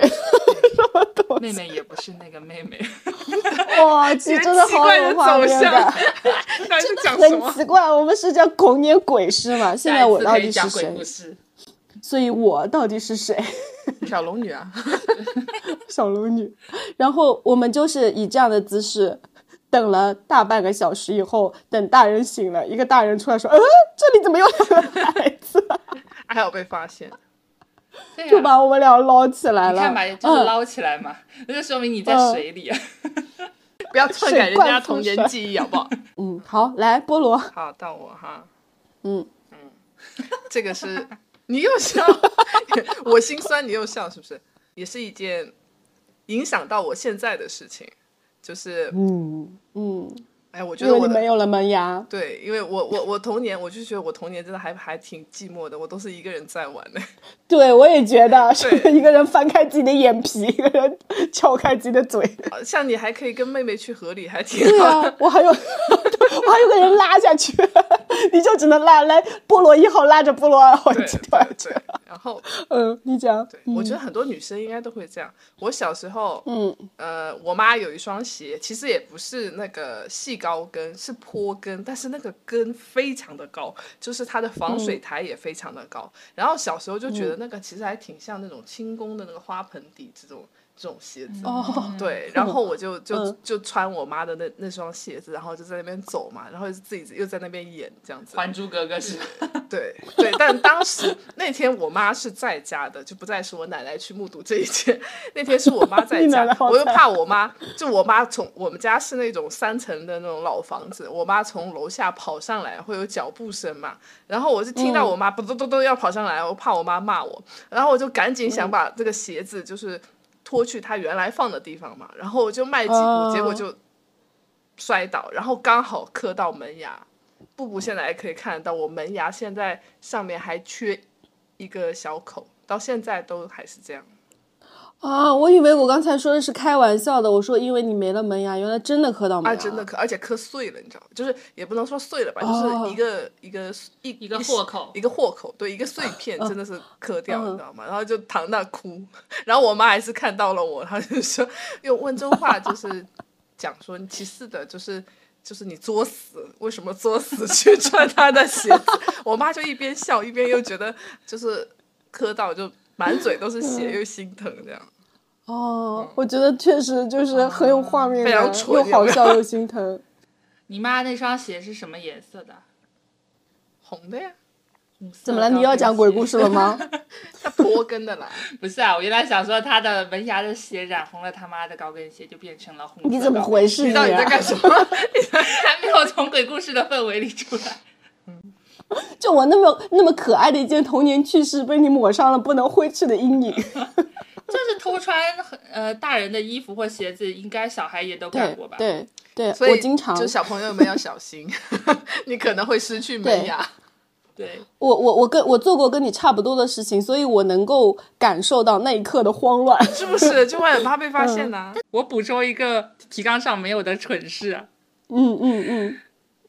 Speaker 2: 妹妹也不是那个 妹妹，
Speaker 4: 哇， 这真 的好有画面感，
Speaker 3: 那是讲什
Speaker 4: 很
Speaker 3: 么？
Speaker 4: 奇怪。我们是叫狗撵鬼师嘛？现在啊我
Speaker 2: 下
Speaker 4: 到
Speaker 2: 一次可
Speaker 4: 底
Speaker 2: 以
Speaker 4: 是
Speaker 2: 讲鬼故
Speaker 4: 谁？
Speaker 2: 事？
Speaker 4: 所以我到底是谁？
Speaker 3: 小龙女啊，
Speaker 4: 小龙女。然后我们就是以这样的姿势等了大半个小时以后，等大人醒了，一个大人出来说：“嗯，这里怎么有两个孩 子
Speaker 3: 还有被发现，
Speaker 2: 对？”
Speaker 4: 就
Speaker 2: 啊，
Speaker 4: 把我们俩捞起来
Speaker 2: 你
Speaker 4: 了。
Speaker 2: 看吧，就是
Speaker 4: 嗯
Speaker 2: 捞起来嘛，那就说明你在
Speaker 4: 嗯
Speaker 2: 水里啊。
Speaker 3: 不要篡改人
Speaker 4: 水罐
Speaker 3: 家
Speaker 4: 浮
Speaker 3: 童年
Speaker 4: 水
Speaker 3: 记忆好不好？
Speaker 4: 嗯，好，来菠萝，
Speaker 3: 好，到我哈，
Speaker 4: 嗯
Speaker 3: 这个是你又笑， 我心酸你又笑，是不是？也是一件影响到我现在的事情，就是
Speaker 4: 嗯嗯，
Speaker 3: 哎，我觉
Speaker 4: 因
Speaker 3: 得
Speaker 4: 为
Speaker 3: 我
Speaker 4: 你
Speaker 3: 的
Speaker 4: 没有了门牙。
Speaker 3: 对，因为我我我童年，我就觉得我童年真的还还挺寂寞的，我都是一个人在玩的。
Speaker 4: 对，我也觉得是
Speaker 3: 对
Speaker 4: 一个人翻开自己的眼皮，一个人撬开自己的嘴。
Speaker 3: 像你还可以跟妹妹去河里，还挺
Speaker 4: 对
Speaker 3: 好。
Speaker 4: 啊，我还有 我还有个人拉下去，你就只能拉来菠萝一号拉着菠萝二号一
Speaker 3: 对
Speaker 4: 起跳下
Speaker 3: 对
Speaker 4: 去
Speaker 3: 对。，然后
Speaker 4: 嗯，你讲，
Speaker 3: 对，我觉得很多女生应该都会这样。我小时候，
Speaker 4: 嗯
Speaker 3: 呃，我妈有一双鞋，其实也不是那个细高跟，是坡跟，但是那个跟非常的高，就是它的防
Speaker 4: 嗯
Speaker 3: 水台也非常的高。然后小时候就觉得那个其实还挺像那种轻功的那个花盆底这种这种鞋子。
Speaker 4: 哦，
Speaker 3: 对，然后我 就就
Speaker 4: 嗯
Speaker 3: 就穿我妈的那那双鞋子，然后就在那边走嘛，然后自己又在那边演这样子。
Speaker 2: 还珠格格》 是吧？
Speaker 3: 对对，但当时那天我妈是在家的，就不再是我奶奶去目睹这一切。那天是我妈在
Speaker 4: 你
Speaker 3: 家
Speaker 4: 奶奶，好
Speaker 3: 我又
Speaker 4: 惨
Speaker 3: 怕我妈，就我妈从我们家是那种三层的那种老房子，我妈从楼下跑上来会有脚步声嘛，然后我是听到
Speaker 4: 嗯
Speaker 3: 我妈不嘟嘟嘟要跑上来，我怕我妈骂我，然后我就赶紧
Speaker 4: 嗯
Speaker 3: 想把这个鞋子就是拖去她原来放的地方嘛，然后我就迈几步，结果
Speaker 4: 哦
Speaker 3: 就摔倒，然后刚好磕到门牙。布布现在还可以看得到，我门牙现在上面还缺一个小口，到现在都还是这样。
Speaker 4: 啊，我以为我刚才说的是开玩笑的，我说因为你没了门牙，原来真的磕到门
Speaker 3: 啊，
Speaker 4: 牙，
Speaker 3: 真的磕，而且磕碎了，你知道吗？就是也不能说碎了吧，
Speaker 4: 哦
Speaker 3: 就是一个一个一
Speaker 2: 一个豁口
Speaker 3: 一个豁口，对，一个碎片，
Speaker 4: 嗯
Speaker 3: 真的是磕掉，你知道吗？然后就躺那哭，然后我妈还是看到了我，她就说用温州话就是讲说，其次的就是。就是你作死，为什么作死 去穿她的鞋子？我妈就一边笑一边又觉得就是磕到就满嘴都是血，
Speaker 4: 嗯
Speaker 3: 又心疼这样。
Speaker 4: 哦，我觉得确实就是很有画面
Speaker 3: 非
Speaker 4: 感
Speaker 3: 常，蠢
Speaker 4: 又好
Speaker 3: 有没
Speaker 4: 笑
Speaker 3: 有
Speaker 4: 又心疼。
Speaker 2: 你妈那双鞋是什么颜色的？
Speaker 3: 红的呀，
Speaker 2: 红色
Speaker 4: 怎么了？你又要讲鬼故事了 吗？
Speaker 3: 她坡跟的 啦。
Speaker 2: 不是啊，我原来想说她的门牙的血染红了他妈的高跟鞋，就变成了红色。
Speaker 4: 你怎么？回事？
Speaker 3: 你
Speaker 4: 你
Speaker 3: 到底在
Speaker 4: 啊
Speaker 3: 干什么？
Speaker 2: 还没有从鬼故事的氛围里出来。
Speaker 4: 就我那么那么可爱的一件童年趣事，被你抹上了不能挥去的阴影。
Speaker 2: 嗯就是偷穿呃大人的衣服或鞋子，应该小孩也都干
Speaker 4: 对
Speaker 2: 过吧？，
Speaker 4: 对对，
Speaker 3: 所以
Speaker 4: 我经常
Speaker 3: 就小朋友们要小心， 你可能会失去门牙。
Speaker 2: 对
Speaker 4: 我我我跟我做过跟你差不多的事情，所以我能够感受到那一刻的慌乱。
Speaker 3: 是不是？就会很怕被发现
Speaker 4: 嗯
Speaker 3: 呐、
Speaker 2: 我补充一个提纲上没有的蠢事啊、
Speaker 4: 嗯嗯嗯，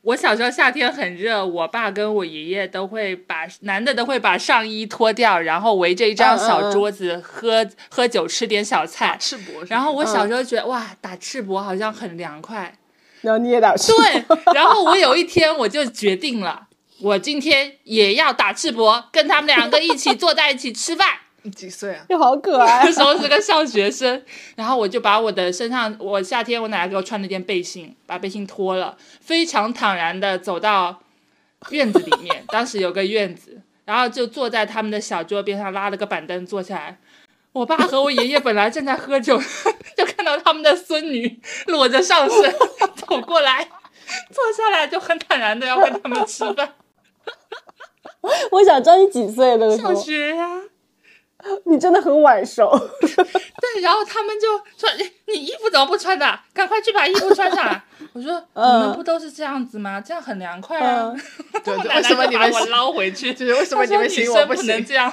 Speaker 2: 我小时候夏天很热，我爸跟我爷爷都会把男的都会把上衣脱掉，然后围着一张
Speaker 4: 嗯嗯
Speaker 2: 小
Speaker 4: 嗯
Speaker 2: 桌子喝喝酒，吃点小菜。
Speaker 3: 赤膊是
Speaker 2: 然后我小时候觉得、哇，打赤膊好像很凉快，
Speaker 4: 然后你也打输。
Speaker 2: 对，然后我有一天我就决定了，我今天也要打赤膊，跟他们两个一起坐在一起吃饭。
Speaker 3: 你几 岁啊？
Speaker 4: 又好可爱
Speaker 2: 那。时候是个小学生，然后我就把我的身上，我夏天我奶奶给我穿了件背心，把背心脱了，非常坦然的走到院子里面，当时有个院子，然后就坐在他们的小桌边上，拉了个板凳坐下来。我爸和我爷爷本来正在喝酒， 就看到他们的孙女裸着上身走过来，坐下来就很坦然的要跟他们吃饭。
Speaker 4: 我想知道你几岁那个时候
Speaker 2: 上，学啊呀、
Speaker 4: 你真的很晚熟。
Speaker 2: 对，然后他们就说：“哎你衣服怎么不穿的？啊赶快去把衣服穿上 来。”我说：“你们
Speaker 4: 嗯
Speaker 2: 不都是这样子吗？这样很凉快啊。
Speaker 4: 嗯
Speaker 3: 对
Speaker 2: 我
Speaker 3: 对，
Speaker 2: 奶
Speaker 3: 为
Speaker 2: 奶
Speaker 3: 什么
Speaker 2: 就
Speaker 3: 你
Speaker 2: 把
Speaker 3: 们
Speaker 2: 我捞回去？
Speaker 3: 就是为什么
Speaker 2: 她说女
Speaker 3: 你们行我
Speaker 2: 生
Speaker 3: 不
Speaker 2: 不能
Speaker 3: 行？
Speaker 2: 这样。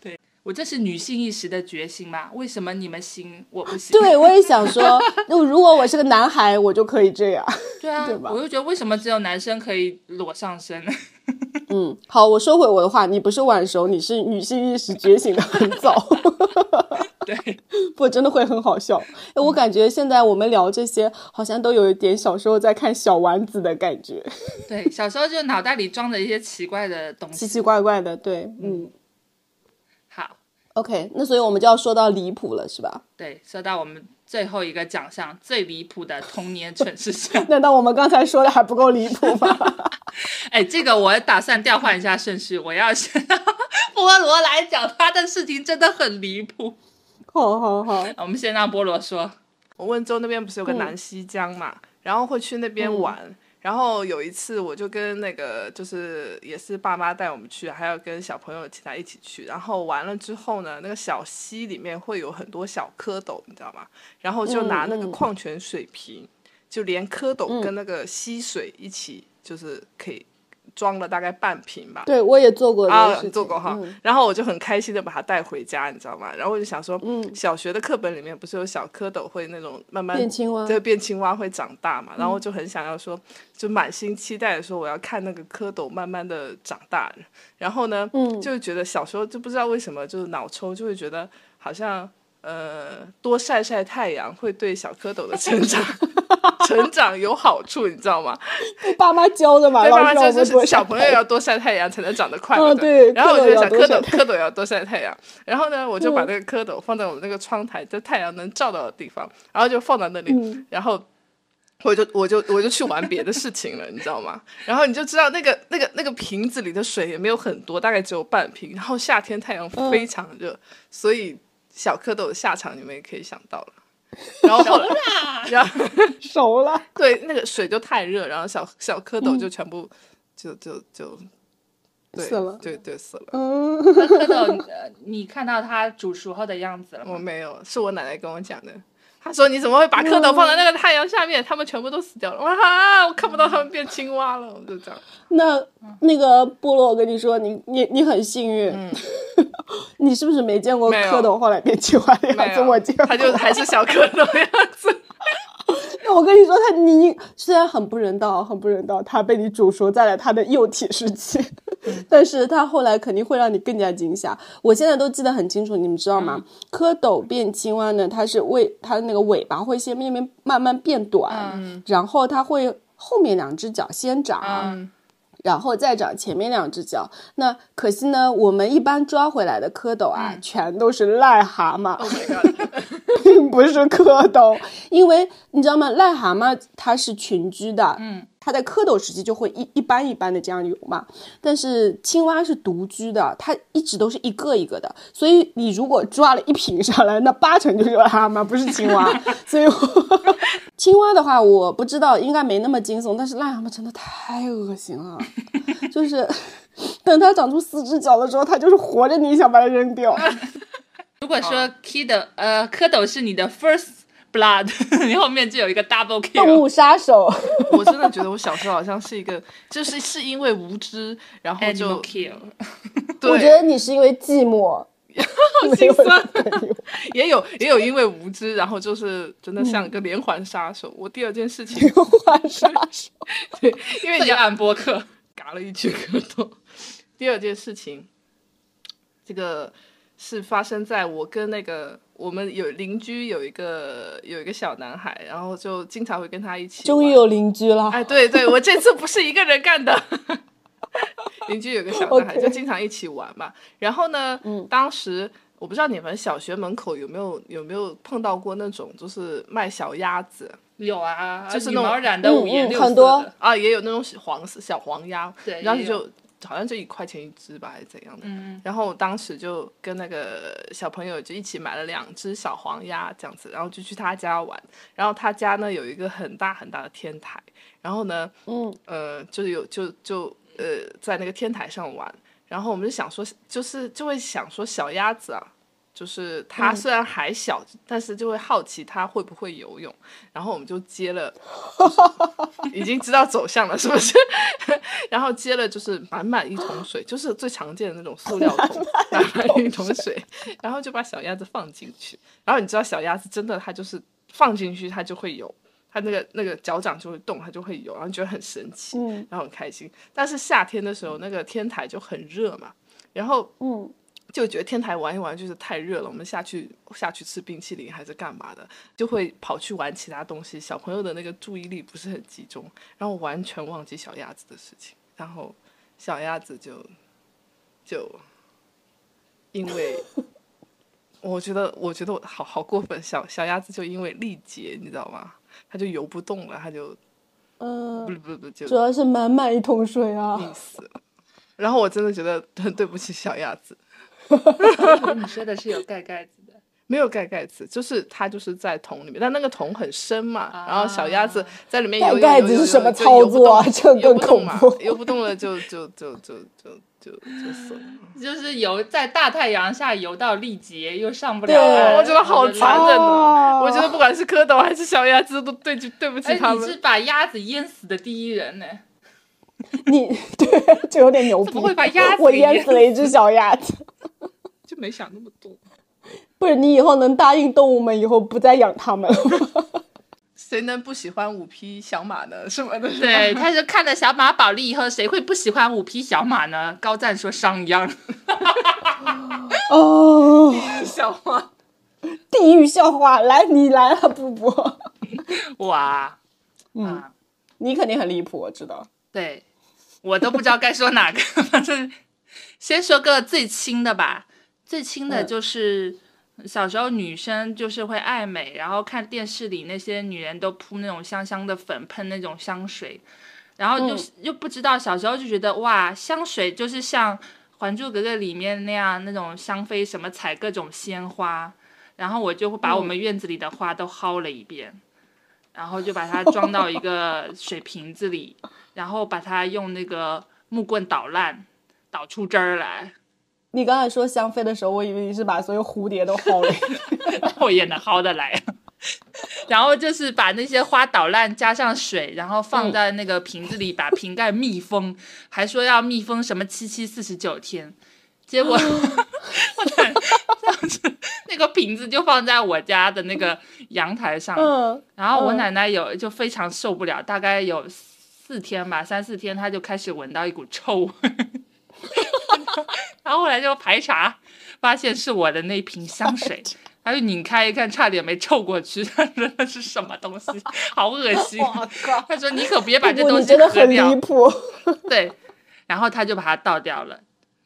Speaker 2: 对我这是女性意识的觉醒嘛？为什么你们行我不行？
Speaker 4: 对，我也想说，就如果我是个男孩，我就可以这样。
Speaker 2: 对啊，
Speaker 4: 对吧
Speaker 2: 我就觉得为什么只有男生可以裸上身？
Speaker 4: 嗯，好，我收回我的话，你不是晚熟，你是女性意识觉醒的很早。
Speaker 2: 对，
Speaker 4: 不，真的会很好笑。哎我感觉现在我们聊这些，好像都有一点小时候在看小丸子的感觉，
Speaker 2: 对，小时候就脑袋里装着一些奇怪的东
Speaker 4: 奇
Speaker 2: 西。
Speaker 4: 奇怪怪的。对，嗯
Speaker 2: 好，
Speaker 4: ，OK，那所以我们就要说到离谱了，是吧？
Speaker 2: 对，说到我们最后一个奖项，最离谱的童年蠢事项。
Speaker 4: 难道我们刚才说的还不够离谱吗？
Speaker 2: 哎，这个我打算调换一下顺序，我要先菠萝来讲他的事情，真的很离谱。
Speaker 4: 好好好，
Speaker 2: 我们先让菠萝说，
Speaker 3: 我温州那边不是有个南溪江嘛，
Speaker 2: 嗯
Speaker 3: 然后会去那边玩。然后有一次，我就跟那个就是也是爸妈带我们去，还有跟小朋友其他一起去。然后完了之后呢，那个小溪里面会有很多小蝌蚪，你知道吗？然后就拿那个
Speaker 4: 嗯嗯
Speaker 3: 矿泉水瓶，就连蝌蚪跟那个溪水一起，就是可以装了大概半瓶吧。
Speaker 4: 对我也做过这个
Speaker 3: 啊
Speaker 4: 事，情，
Speaker 3: 做过哈。
Speaker 4: 嗯
Speaker 3: 然后我就很开心的把它带回家，你知道吗？然后我就想说，
Speaker 4: 嗯
Speaker 3: 小学的课本里面不是有小蝌蚪会那种慢慢
Speaker 4: 变青蛙嗯
Speaker 3: 对，变青蛙会长大嘛？然后我就很想要说，就满心期待的说，我要看那个蝌蚪慢慢的长大。然后呢，
Speaker 4: 嗯
Speaker 3: 就觉得小时候就不知道为什么，就是脑抽就会觉得好像呃多晒晒太阳会对小 蝌蚪的成长成长有好处，你知道吗？
Speaker 4: 爸妈教的嘛，
Speaker 3: 对，
Speaker 4: 老
Speaker 3: 爸
Speaker 4: 师让
Speaker 3: 妈
Speaker 4: 我
Speaker 3: 就
Speaker 4: 们多
Speaker 3: 是小
Speaker 4: 晒
Speaker 3: 朋
Speaker 4: 太
Speaker 3: 友
Speaker 4: 阳
Speaker 3: 要多晒太阳才能长得快乐
Speaker 4: 嗯
Speaker 3: 的。
Speaker 4: 对
Speaker 3: 然后我
Speaker 4: 蝌蚪
Speaker 3: 就
Speaker 4: 要
Speaker 3: 想
Speaker 4: 多
Speaker 3: 蝌
Speaker 4: 晒
Speaker 3: 蚪
Speaker 4: 太
Speaker 3: 蝌蚪要多晒太阳，然后呢，我就把
Speaker 4: 嗯
Speaker 3: 那个蝌蚪放在我们那个窗台，在太阳能照到的地方，然后就放在那里，
Speaker 4: 嗯
Speaker 3: 然后。我就我就我就去玩别的事情了，你知道吗？然后你就知道那个那个那个瓶子里的水也没有很多，大概只有半瓶。然后夏天太阳
Speaker 4: 嗯
Speaker 3: 非常热，所以小蝌蚪的下场你们也可以想到了。然后后来，然后
Speaker 4: 熟了，
Speaker 3: 对，那个水就太热，然后小小蝌蚪就全部就就就
Speaker 4: 嗯
Speaker 3: 对
Speaker 4: 死了
Speaker 3: 对对死了。
Speaker 4: 嗯，
Speaker 2: 蝌蚪，呃你看到它煮熟后的样子了
Speaker 3: 我
Speaker 2: 吗？
Speaker 3: 没有，是我奶奶跟我讲的。她说：“你怎么会把蝌蚪放在那个太阳下面？它们全部都死掉了。”我说：“啊，我看不到它们变青蛙了。”我就 这样。
Speaker 4: 那
Speaker 3: 嗯
Speaker 4: 那个菠萝，我跟你说，你你你很幸运， 你是不是没见过
Speaker 3: 没有
Speaker 4: 蝌蚪后来变青蛙的
Speaker 3: 没
Speaker 4: 样子？
Speaker 3: 有，
Speaker 4: 我见过，
Speaker 3: 它就还是小蝌蚪的样子。
Speaker 4: 那我跟你说，他你虽然很不人道，很不人道，他被你煮熟在了他的幼体时期， 但是他后来肯定会让你更加惊吓。我现在都记得很清楚，你们知道吗？蝌蚪变青蛙呢，它是为它的那个尾巴会先慢慢慢慢变短，然后它会后面两只脚先长。
Speaker 2: 嗯
Speaker 4: 然后再长前面两只脚，那可惜呢，我们一般抓回来的蝌蚪啊，全都是癞蛤蟆。
Speaker 3: Oh my god！
Speaker 4: 并不是蝌蚪， 因为你知道吗？癞蛤蟆它是群居的，
Speaker 2: 嗯，
Speaker 4: 它在蝌蚪时期就会一一般一般的这样游嘛。但是青蛙是独居的，它一直都是一个一个的，所以你如果抓了一瓶上来，那八成就是癞蛤蟆，不是青 蛙。所以我青蛙的话，我不知道，应该没那么惊悚，但是癞蛤蟆真的太恶心 了，就是 等它长出四只脚的时候，它就是活着，你想把它扔掉。
Speaker 2: 如果说 k 的呃蝌蚪是你的 first blood，你 后面就有一个 double
Speaker 4: 动
Speaker 2: kill。
Speaker 4: 物杀手，
Speaker 3: 我真的觉得我小时候好像是一个，就是是因为无知，然后
Speaker 2: Animal
Speaker 3: 就
Speaker 2: kill，
Speaker 4: 我觉得
Speaker 3: 对，
Speaker 4: 你是因为寂寞。
Speaker 3: 好
Speaker 4: 没
Speaker 3: 心
Speaker 4: 有
Speaker 3: 酸。
Speaker 4: 朋友
Speaker 3: 也有也有因为无知，然后就是真
Speaker 4: 嗯
Speaker 3: 的像一个连环杀手。我第二件事情
Speaker 4: 刘欢杀手，
Speaker 3: 因为你
Speaker 2: 罪
Speaker 3: 要
Speaker 2: 案播客，
Speaker 3: 嘎了一群蝌蚪。第二件事情，这个是发生在我跟那个我们有邻居有一个有一个小男孩，然后就经常会跟他一起玩。
Speaker 4: 终于有邻居了。
Speaker 3: 哎，对对，我这次不是一个人干的。 邻居有个小男孩
Speaker 4: OK 嗯
Speaker 3: 就经常一起玩嘛。然后呢，当时我不知道你们小学门口有没有有没有碰到过那种就是卖小鸭子，
Speaker 2: 有啊，
Speaker 3: 就是
Speaker 2: 羽
Speaker 3: 那种
Speaker 2: 毛染的五颜
Speaker 4: 嗯嗯
Speaker 2: 六色的，
Speaker 4: 很多
Speaker 3: 啊，也有那种小黄色小黄鸭，
Speaker 2: 对
Speaker 3: 然后你
Speaker 2: 也有
Speaker 3: 就好像就一块钱一只吧，还是怎样的。
Speaker 2: 嗯
Speaker 3: 然后我当时就跟那个小朋友就一起买了两只小黄鸭这样子，然后就去他家玩。然后他家呢有一个很大很大的天台，然后呢，
Speaker 4: 嗯，
Speaker 3: 呃，就有就就呃在那个天台上玩。然后我们就想说，就是就会想说小鸭子啊，就是
Speaker 2: 嗯
Speaker 3: 它虽然还小，但是就会好奇它会不会游泳。然后我们就接了，就是已经知道走向了，是不是？ 然后接了就是满满一桶水，就是最常见的那种塑料桶，满满一桶水，然后就把小鸭子放进去。然后你知道小鸭子真的它就是放进去它就会游，它那个那个脚掌就会动，它就会游，然后觉得很神奇，
Speaker 4: 嗯
Speaker 3: 然后很开心。但是夏天的时候，那个天台就很热嘛，然后
Speaker 4: 嗯，
Speaker 3: 就觉得天台玩一玩就是太热了，我们下去下去吃冰淇淋还是干嘛的，就会跑去玩其他东西。小朋友的那个注意力不是很集中，然后完全忘记小鸭子的事情，然后小鸭子就就因为。我觉得，我觉得我好好过分。小小鸭子就因为力竭，你知道吗？它就游不动了，它就
Speaker 4: 嗯、
Speaker 3: 不不不就
Speaker 4: 主要是满满一桶水啊
Speaker 3: 溺。死了。然后我真的觉得很对不起小鸭子，
Speaker 2: 你说的是 有盖盖子的，
Speaker 3: 没有盖盖子，就是它就是在桶里面，但那个桶很深嘛，然后小鸭子在里面
Speaker 4: 盖
Speaker 3: 游游
Speaker 4: 盖
Speaker 3: 游
Speaker 4: 子
Speaker 3: 游
Speaker 4: 是
Speaker 3: 游
Speaker 4: 什么
Speaker 3: 就
Speaker 4: 操
Speaker 3: 游不
Speaker 4: 作啊
Speaker 3: 动
Speaker 4: 这
Speaker 3: 游
Speaker 4: 更
Speaker 3: 不动
Speaker 4: 恐
Speaker 3: 嘛
Speaker 4: 怖
Speaker 3: 游不动了就就就就就就就 死了。
Speaker 2: 就是游在大太阳下游到力竭，又上不了
Speaker 4: 对
Speaker 2: 岸，
Speaker 3: 我觉得好残忍哦！
Speaker 4: 啊
Speaker 3: 我觉得不管是蝌蚪还是小鸭子，都对就对不起
Speaker 2: 哎，
Speaker 3: 他
Speaker 2: 你是
Speaker 3: 们。
Speaker 2: 把鸭子淹死的第一人呢？
Speaker 4: 你 对，就有点牛逼。
Speaker 2: 怎么会把鸭子
Speaker 4: 我
Speaker 2: 给
Speaker 4: 淹
Speaker 2: 淹
Speaker 4: 死了一只小鸭子。
Speaker 3: 就没想那么多。
Speaker 4: 不是你以后能答应动物们以后不再养它们了吗？
Speaker 3: 谁能不喜欢五匹小马呢？什么的，是吧
Speaker 2: 对，他是看了小马宝莉以后，谁会不喜欢五匹小马呢？高赞说商鞅，
Speaker 4: 哦，
Speaker 3: 小马。
Speaker 4: 地狱笑话，来你来了，布布，
Speaker 2: 哇，
Speaker 4: 嗯
Speaker 2: 啊，
Speaker 4: 你肯定很离谱，我知道。
Speaker 2: 对我都不知道该说哪个，反正先说个最轻的吧，最轻的
Speaker 4: 嗯
Speaker 2: 就是。小时候女生就是会爱美，然后看电视里那些女人都铺那种香香的粉，喷那种香水，然后就、又不知道小时候就觉得哇，香水就是像《还珠格格》里面那样那种香妃什么采各种鲜花，然后我就会把我们院子里的花都薅了一遍，然后就把它装到一个水瓶子里，然后把它用那个木棍捣烂，捣出汁儿来，
Speaker 4: 你刚才说香妃的时候，我以为你是把所有蝴蝶都薅了。
Speaker 2: 我也能薅得来。 然后就是把那些花捣烂，加上水，然后放在那个瓶子里，把瓶盖密封，还说要密封什么七七四十九天，结果 我 这样子那个瓶子就放在我家的那个阳台上，
Speaker 4: 嗯，
Speaker 2: 然后我
Speaker 4: 嗯
Speaker 2: 奶奶有就非常受不了，大概有四天吧，三四天，她就开始闻到一股臭味， 然后后来就排查，发现是我的那瓶香 水，她就拧开一看，差点没臭过去， 她说那是什么东西，好恶 心。
Speaker 4: 靠！
Speaker 2: 她说你可别把这
Speaker 4: 布布，
Speaker 2: 东
Speaker 4: 你
Speaker 2: 西
Speaker 4: 真的
Speaker 2: 喝
Speaker 4: 很离
Speaker 2: 掉，
Speaker 4: 谱。
Speaker 2: 对，然后她就把它倒掉了。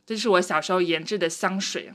Speaker 2: 这是我小时候研制的香水，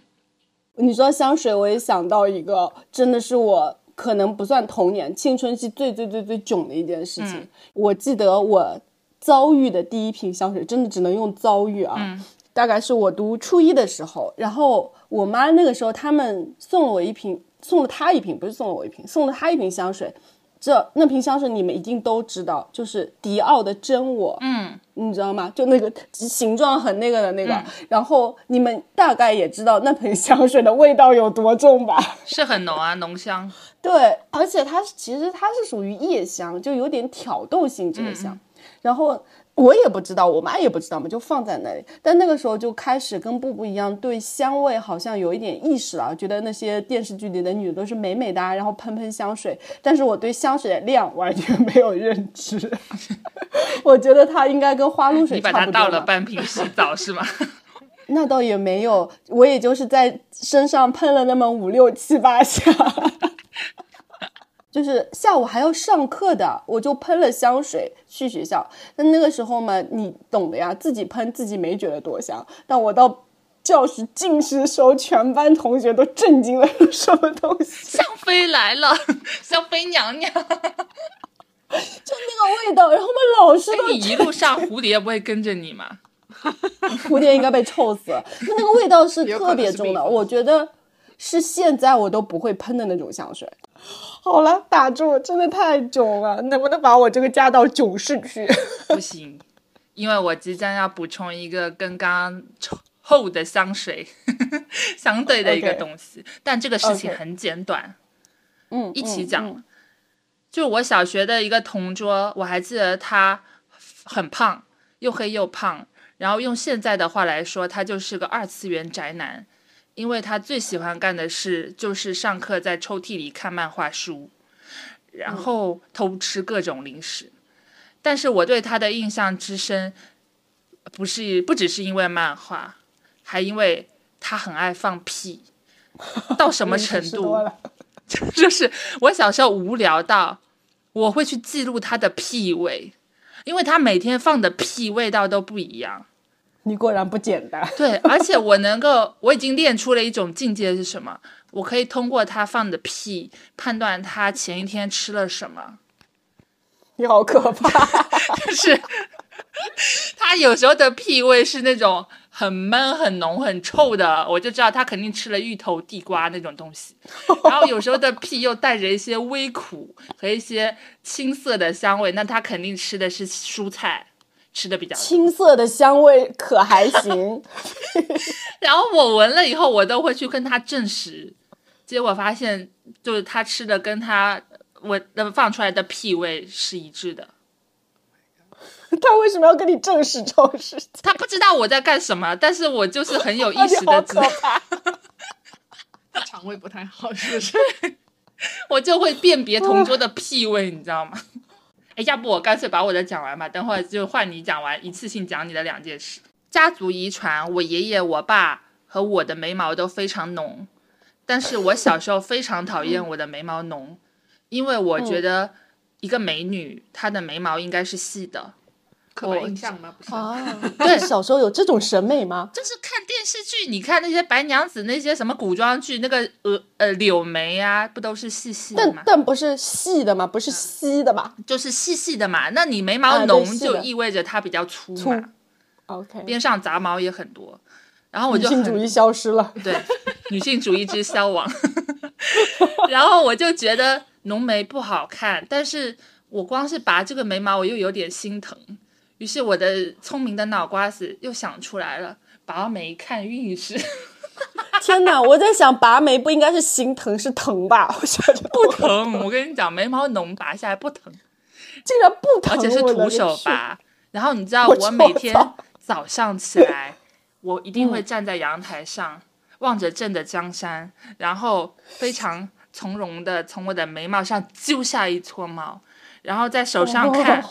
Speaker 4: 你说香水，我也想到一个，真的是我可能不算童年，青春期最最最最囧的一件事情。
Speaker 2: 嗯
Speaker 4: 我记得我遭遇的第一瓶香水，真的只能用遭遇啊。
Speaker 2: 嗯
Speaker 4: 大概是我读初一的时候，然后我妈那个时候他们送了我一瓶，送了她一瓶，不是送了我一瓶，送了她一瓶香水。这那瓶香水你们一定都知道，就是迪奥的真我。
Speaker 2: 嗯，
Speaker 4: 你知道吗？就那个形状很那个的那个，然后你们大概也知道那盆香水的味道有多重吧？
Speaker 2: 是很浓啊，浓香，
Speaker 4: 对，而且它是其实它是属于夜香，就有点挑逗性质的香。然后我也不知道，我妈也不知道嘛，就放在那里。但那个时候就开始跟布布一样，对香味好像有一点意识了，觉得那些电视剧里的女的都是美美的、啊，然后喷喷香水。但是我对香水的量完全没有认知， 我觉得它应该跟花露水
Speaker 2: 你把
Speaker 4: 差
Speaker 2: 它
Speaker 4: 不多
Speaker 2: 倒了
Speaker 4: 嘛。
Speaker 2: 半瓶洗澡是吗？
Speaker 4: 那倒也没有，我也就是在身上喷了那么五六七八下， 就是下午还要上课的，我就喷了香水去学校。那那个时候嘛，你懂的呀，自己喷自己没觉得多香，但我到教室进去的时候，全班同学都震惊了，什么东西？
Speaker 2: 香妃来了， 香妃娘 娘。
Speaker 4: 就那个味道，然后我们老师
Speaker 2: 哎，
Speaker 4: 都
Speaker 2: 你一路上蝴蝶不会跟着你吗？
Speaker 4: 蝴蝶应该被臭死了。那那个味道是
Speaker 3: 有可
Speaker 4: 特
Speaker 3: 能
Speaker 4: 别
Speaker 3: 是
Speaker 4: 重
Speaker 3: 蜜
Speaker 4: 的，
Speaker 3: 蜂
Speaker 4: 我觉得是现在我都不会喷的那种香水。好了，打住，真的太囧了，能不能把我这个加到囧市去？
Speaker 2: 不行，因为我即将要补充一个跟刚刚后的香水 相对的一个
Speaker 4: OK
Speaker 2: 东西但这个事情
Speaker 4: OK
Speaker 2: 很简短
Speaker 4: 嗯，
Speaker 2: 一起
Speaker 4: 嗯
Speaker 2: 讲。
Speaker 4: 嗯
Speaker 2: 就我小学的一个同桌，我还记得他很胖，又黑又胖，然后用现在的话来说，他就是个二次元宅男，因为他最喜欢干的事就是上课在抽屉里看漫画书，
Speaker 4: 嗯
Speaker 2: 然后偷吃各种零食。但是我对他的印象之深，不是不只是因为漫画，还因为他很爱 放屁，到什么程
Speaker 4: 吃
Speaker 2: 度
Speaker 4: 多？了
Speaker 2: 就是我小时候无聊到，我会去记录他的屁味，因为他每天放的屁味道都不一样。
Speaker 4: 你果然不简单。
Speaker 2: 对，而且我能够，我已经练出了一种境界是什么？我可以通过他放的屁判断他前一天吃了什么。
Speaker 4: 你好可 怕！
Speaker 2: 是，他有时候的屁味是那种很闷、很浓、很臭的，我就知道他肯定吃了芋头、地瓜那种东西。然后有时候的屁又带着一些微苦和一些青涩的香味，那他肯定吃的是蔬菜，吃的比较多。
Speaker 4: 青涩的香味可还行？
Speaker 2: 然后我闻了以后，我都会去跟他证实，结果发现就是他吃的跟他闻呃放出来的屁味是一致的。
Speaker 4: 他为什么要跟你正视这种事情？
Speaker 2: 他不知道我在干什么，但是我就是很有意
Speaker 4: 你
Speaker 2: 识
Speaker 4: 好
Speaker 2: 的知
Speaker 4: 可
Speaker 2: 道。
Speaker 4: 怕！
Speaker 3: 肠胃不太好，是不是？
Speaker 2: 我就会辨别同桌的屁味，你知道吗？哎，要不我干脆把我的讲完吧，等会儿就换你讲完，一次性讲你的两件事。家族遗传，我爷爷、我爸和我的眉毛都非常浓，但是我小时候非常讨厌我的眉毛浓，因为我觉得一个美女她的眉毛应该是细的，
Speaker 3: 刻板印象吗？不是，
Speaker 4: 啊，
Speaker 2: 对
Speaker 4: 小时候有这种审美吗？
Speaker 2: 就是看电视剧，你看那些白娘子那些什么古装剧，那个呃呃柳眉啊，不都是细细的吗
Speaker 4: 但？但不是细的吗？不是稀的吗
Speaker 2: 就是细细的嘛。那你眉
Speaker 4: 啊
Speaker 2: 毛
Speaker 4: 对
Speaker 2: 浓
Speaker 4: 是
Speaker 2: 就
Speaker 4: 的
Speaker 2: 意味着它比较粗嘛，
Speaker 4: 粗？OK，
Speaker 2: 边上杂毛也很多。然后我
Speaker 4: 女
Speaker 2: 就
Speaker 4: 性
Speaker 2: 很
Speaker 4: 主义消失了。
Speaker 2: 对女性主义之消亡， 然后我就觉得浓眉不好看，但是我光是拔这个眉毛我又有点心疼，于是我的聪明的脑瓜子又想出来了，拔眉看运势。
Speaker 4: 天哪，我在想拔眉不应该是心疼是疼吧？ 我想着
Speaker 2: 不疼，我跟你讲，眉毛浓拔下来不疼，
Speaker 4: 竟然不疼，
Speaker 2: 而且是
Speaker 4: 我的
Speaker 2: 徒手
Speaker 4: 天
Speaker 2: 拔。然后你知道嗯
Speaker 4: 我
Speaker 2: 我每
Speaker 4: 操
Speaker 2: 天 早上起来，我一定会站在阳台上，望着镇的江山，然后非常从容的从我的眉毛上揪下一撮毛，然后在手上看
Speaker 4: 哦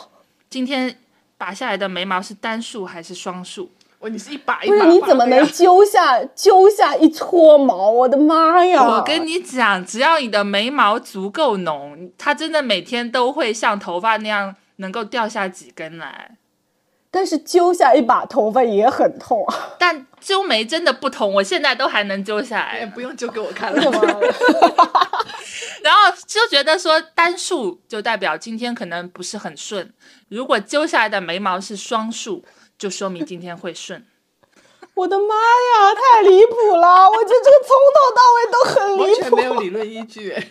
Speaker 2: 今天拔下来的眉毛是单数还是双数。
Speaker 3: 我你是一把一
Speaker 4: 不
Speaker 3: 把
Speaker 4: 是
Speaker 3: 拔
Speaker 4: 你怎么
Speaker 3: 的呀
Speaker 4: 能揪下揪下一撮毛？我的妈呀！
Speaker 2: 我跟你讲，只要你的眉毛足够浓，它真的每天都会像头发那样能够掉下几根来。
Speaker 4: 但是揪下一把头发也很痛 啊！
Speaker 2: 但揪眉真的不同，我现在都还能揪下
Speaker 3: 哎，
Speaker 2: 来，
Speaker 3: 不用揪给我看
Speaker 4: 为什
Speaker 3: 了。
Speaker 4: 么？
Speaker 2: 然后就觉得说单数就代表今天可能不是很顺，如果揪下来的眉毛是双数，就说明今天会顺。
Speaker 4: 我的妈呀，太离谱了！我觉得这个从头到
Speaker 3: 完
Speaker 4: 尾都
Speaker 3: 全
Speaker 4: 很
Speaker 3: 没
Speaker 4: 离
Speaker 3: 有
Speaker 4: 谱。
Speaker 3: 理论依据，哎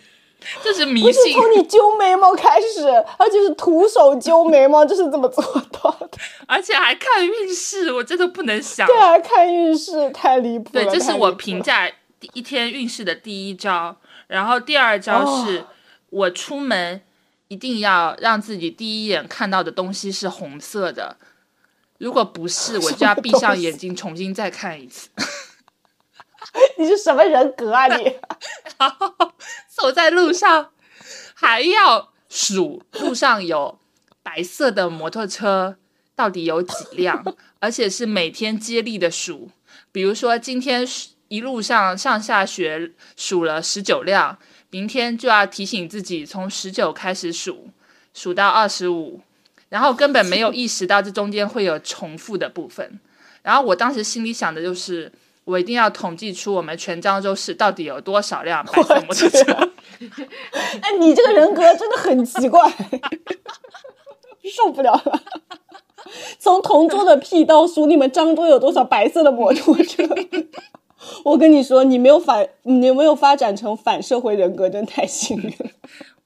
Speaker 2: 这是迷
Speaker 4: 不是
Speaker 2: 信，
Speaker 4: 从你揪眉毛开始，而且是徒手揪眉毛，这是怎么做到 的？
Speaker 2: 而且还看运势，我真的不能想。
Speaker 4: 对啊，看运势太离谱了。
Speaker 2: 对，这是
Speaker 4: 太离
Speaker 2: 我
Speaker 4: 谱
Speaker 2: 评
Speaker 4: 了
Speaker 2: 价第一天运势的第一招，然后第二招
Speaker 4: 哦
Speaker 2: 是、我出门一定要让自己第一眼看到的东西是红色的，如果不是，我就要闭上眼睛重新再看一次。
Speaker 4: 你是什么人格啊你？
Speaker 2: 走在路上还要数路上有白色的摩托车到底有几辆， 而且是每天接力的数。比如说今天数一路上上下学数了十九辆，明天就要提醒自己从十九开始数，数到二十五，然后根本没有意识到这中间会有重复的部分。然后我当时心里想的就是，我一定要统计出我们全漳州市到底有多少辆白色摩托车。
Speaker 4: 哎，你这个人格真的很奇怪，受不了了。从同桌的屁到数你们漳州有多少白色的摩托车。 我跟你说，你没有反，你有没有发展成反社会人格，真太幸运了。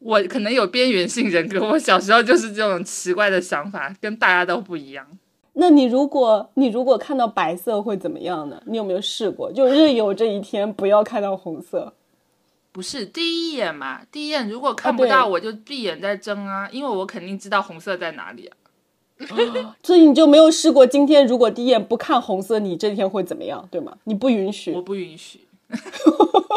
Speaker 2: 我可能有边缘性人格，我小时候就是这种奇怪的想法，跟大家都不一样。
Speaker 4: 那你如果你如果看到白色会怎么样呢？你有没有试过？就日有这一天，不要看到红色。
Speaker 2: 不是第一眼嘛？第一眼如果
Speaker 4: 啊
Speaker 2: 看不
Speaker 4: 对
Speaker 2: 到，我就闭眼再睁啊，因为我肯定知道红色在哪里啊。
Speaker 4: 所以你就没有试过，今天如果第一眼不看红色，你这天会怎么样，对吗？你不允许
Speaker 2: 我。不允许，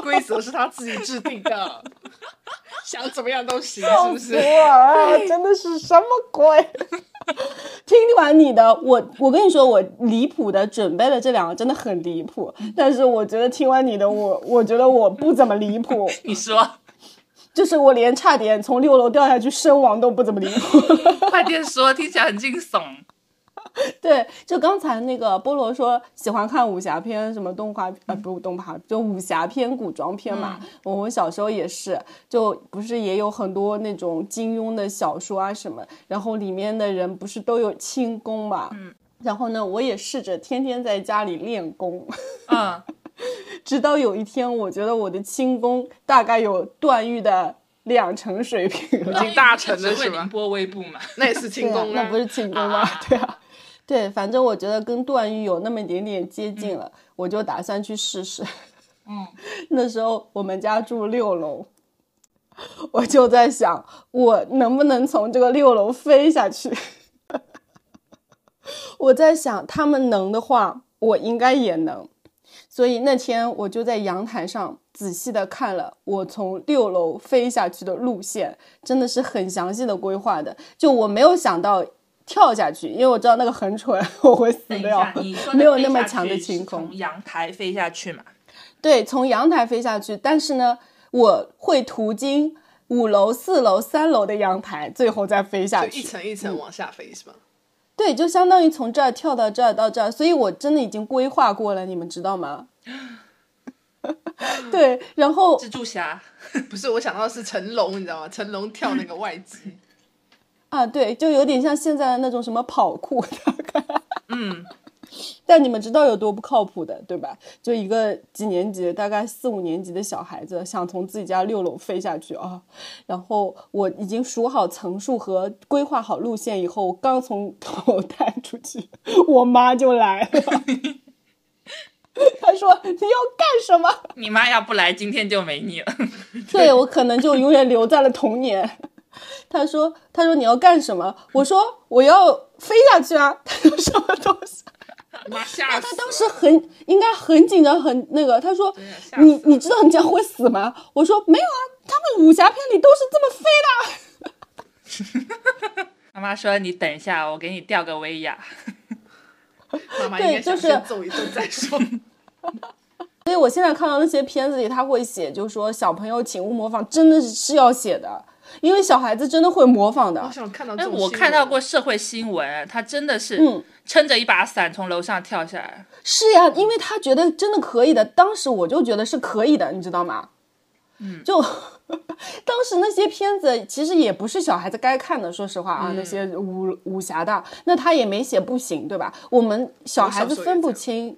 Speaker 3: 规则是他自己制定的， 想怎么样都行，是不 是？
Speaker 4: 哇，真的是什么鬼？听完你的，我我跟你说，我离谱的准备的这两个真的很离谱，但是我觉得听完你的，我我觉得我不怎么离谱，
Speaker 2: 你说，
Speaker 4: 就是我连差点从六楼掉下去身亡都不怎么离谱。
Speaker 2: 快点说，听起来很惊悚。
Speaker 4: 对，就刚才那个菠萝说喜欢看武侠片，什么动画呃不是动画，就武侠片、古装片嘛。我我小时候也是，就不是也有很多那种金庸的小说啊什么，然后里面的人不是都有轻功嘛，嗯。然后呢，我也试着天天在家里练功，
Speaker 2: 嗯，
Speaker 4: 直到有一天，我觉得我的轻功大概有段誉的两成水平了。
Speaker 3: 已经大成了是吧
Speaker 2: 宁波微步嘛，
Speaker 3: 那也是轻
Speaker 4: 对啊，
Speaker 3: 功
Speaker 4: 那不是庆功吗？ 对啊，对，反正我觉得跟段誉有那么一点点接近了，我就打算去试试。
Speaker 2: 嗯，
Speaker 4: 那时候我们家住六楼，我就在想，我能不能从这个六楼飞下去？ 我在想，他们能的话，我应该也能。所以那天我就在阳台上仔细的看了我从六楼飞下去的路线，真的是很详细的规划的。就我没有想到跳下去，因为我知道那个很蠢， 我会死
Speaker 2: 等一
Speaker 4: 掉
Speaker 2: 下，。你说的
Speaker 4: 没有
Speaker 2: 飞
Speaker 4: 那么
Speaker 2: 下
Speaker 4: 强的
Speaker 2: 去是
Speaker 4: 清空
Speaker 2: 从阳台飞下去嘛？
Speaker 4: 对，从阳台飞下去，但是呢，我会途经五楼、四楼、三楼的阳台，最后再飞下
Speaker 3: 就一
Speaker 4: 去。
Speaker 3: 层一层往下飞是吧？
Speaker 4: 对，就相当于从这儿跳到这儿到这儿，所以我真的已经规划过了，你们知道吗？ 对，然后
Speaker 2: 蜘蛛侠，
Speaker 3: 不是，我想到的是成龙，你知道吗？成龙跳那个外机，
Speaker 4: 啊，对，就有点像现在的那种什么跑酷，大概。嗯，但你们知道有多不靠谱的，对吧？就一个几年级，大概四五年级的小孩子，想从自己家六楼飞下去啊。然后我已经数好层数和规划好路线以后，我刚从头探出去，我妈就来了。 她说：“你要干什么？”
Speaker 2: 你妈要不来，今天就没你了。
Speaker 4: 对我可能就永远留在了童年。他说：“他说你要干什么？”我说：“我要飞下去啊！”他说：“什么东西
Speaker 3: 妈吓死！？”
Speaker 4: 当时很应该很紧张，很那个。他说
Speaker 3: 对啊：“吓
Speaker 4: 你
Speaker 3: 死
Speaker 4: 你知道你这样会死吗？”我说：“没有啊，他们武侠片里都是这么飞的。”
Speaker 2: 妈妈说：“你等一下，我给你吊个威亚。
Speaker 3: 妈妈应该
Speaker 4: 对就
Speaker 3: 想
Speaker 4: 是
Speaker 3: 先揍一顿再 说。
Speaker 4: 所以我现在看到那些片子里，他会写，就是说小朋友请勿模仿，真的是是要写的，因为小孩子真的会模仿的
Speaker 3: 我。想看到这
Speaker 2: 但
Speaker 3: 种，
Speaker 2: 哎我看到过，社会新闻，他真的是
Speaker 4: 嗯
Speaker 2: 撑着一把伞从楼上跳下来。
Speaker 4: 是呀，因为他觉得真的可以的，当时我就觉得是可以的，你知道吗？嗯，就 当时那些片子其实也不是小孩子该看的，说实话啊，那些武武侠的，那他也没写不行，对吧？我们小孩子分不清，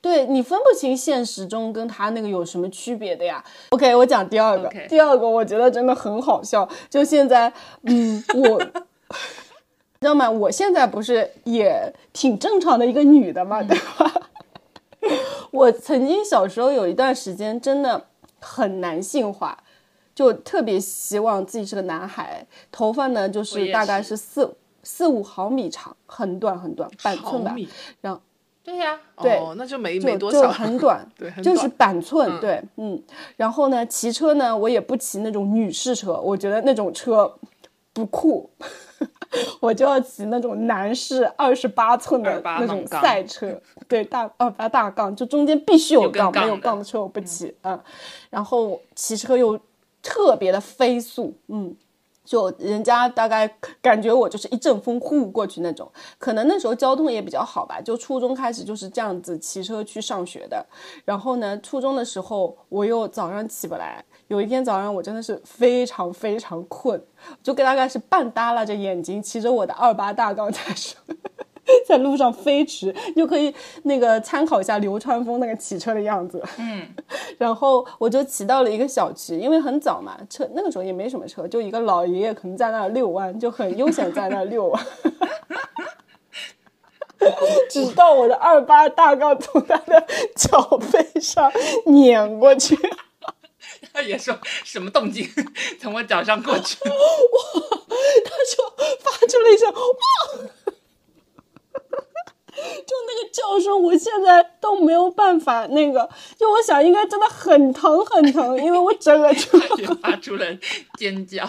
Speaker 4: 对你分不清现实中跟他那个有什么区别的呀？OK，我讲第二个
Speaker 2: OK
Speaker 4: 第二个我觉得真的很好笑，就现在，嗯，我。 知道吗？我现在不是也挺正常的一个女的嘛，对吧？我曾经小时候有一段时间真的很男性化，就特别希望自己是个男孩，头发呢就
Speaker 2: 我也
Speaker 4: 是大概
Speaker 2: 是
Speaker 4: 是四四五毫米长，很短很短，半
Speaker 3: 毫
Speaker 4: 寸吧，
Speaker 3: 米，
Speaker 2: 对呀、
Speaker 4: 对
Speaker 3: 哦，那就没没
Speaker 4: 就
Speaker 3: 多
Speaker 4: 就
Speaker 3: 少，，
Speaker 4: 很短
Speaker 3: 对，很
Speaker 4: 就是
Speaker 3: 短。
Speaker 4: 板寸，对，嗯。然后呢，骑车呢，我也不骑那种女士车，我觉得那种车不酷， 我就要骑那种男士二十八寸的
Speaker 2: 28
Speaker 4: 那种
Speaker 2: 猛杠
Speaker 4: 赛车，对，大二八大杠，就中间必须有
Speaker 2: 有跟
Speaker 4: 杠，没
Speaker 2: 杠
Speaker 4: 有
Speaker 2: 的
Speaker 4: 杠的车我不骑，嗯。然后骑车又特别的飞速，嗯。就人家大概感觉我就是一阵风呼过去那种，可能那时候交通也比较好吧，就初中开始就是这样子骑车去上学的。然后呢，初中的时候我又早上起不来，有一天早上我真的是非常非常困，就跟大概是半耷拉着眼睛骑着我的二八大杠在上， 在路上飞驰，你就可以那个参考一下流川枫那个骑车的样子。
Speaker 2: 嗯，
Speaker 4: 然后我就骑到了一个小区，因为很早嘛，车那个时候也没什么车，就一个老爷爷可能在那儿遛弯，就很悠闲在那儿遛弯。 直到我的二八大杠从他的脚背上碾过去，
Speaker 2: 他也说什么动静 从我脚上过去，
Speaker 4: 他 就发出了一声“哇”，就那个叫声，我现在都没有办法那个，就我想应该真的很疼很疼，因为我整个就，
Speaker 2: 也发出了尖 叫。